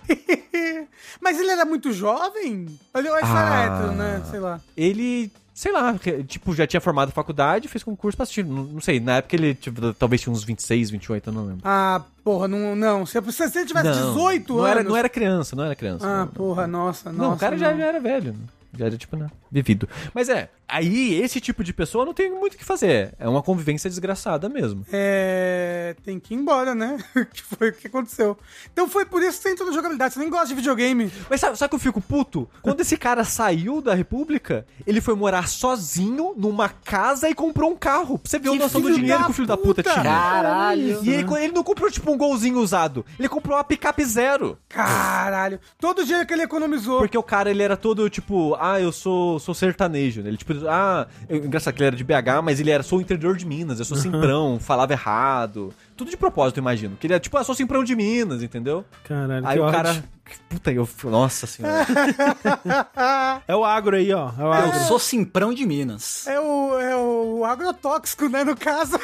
Mas ele era muito jovem? Olha o ah. Ah. hétero, né? Sei lá. ele, sei lá, re- tipo, já tinha formado faculdade, fez concurso pra assistir. Não, não sei, na época ele tipo, talvez tinha uns 26, 28, eu não lembro. Ah, porra, não. não. Se, se ele tivesse 18 não anos. Era, não era criança, não era criança. Ah, não, porra, nossa, Não, nossa. o cara já, não. já era velho. né? Já era, tipo, né? Vivido. Mas é, aí esse tipo de pessoa não tem muito o que fazer. É uma convivência desgraçada mesmo. É. Tem que ir embora, né? que foi o que aconteceu. Então foi por isso que você entrou na jogabilidade. Você nem gosta de videogame. Mas sabe, sabe que eu fico puto? Quando esse cara saiu da República, ele foi morar sozinho numa casa e comprou um carro. Pra você ver o noção do filho dinheiro da que o filho da puta puta! tinha. Caralho. E ele, ele não comprou, tipo, um golzinho usado. Ele comprou uma picape zero. Caralho. Todo o dinheiro que ele economizou. Porque o cara, ele era todo, tipo, ah, eu sou, sou sertanejo. né? Ele, tipo, ah, eu- engraçado que ele era de BH, mas ele era, sou interior de Minas, eu sou simprão, falava errado. Tudo de propósito, eu imagino. Que ele era, tipo, ah, sou simprão de Minas, entendeu? Caralho, Aí que o ódio. cara. Puta, eu. Nossa senhora. Ah, É o agro aí, ó. É o Eu agro. sou simprão de Minas. É o, é o agrotóxico, né? No caso.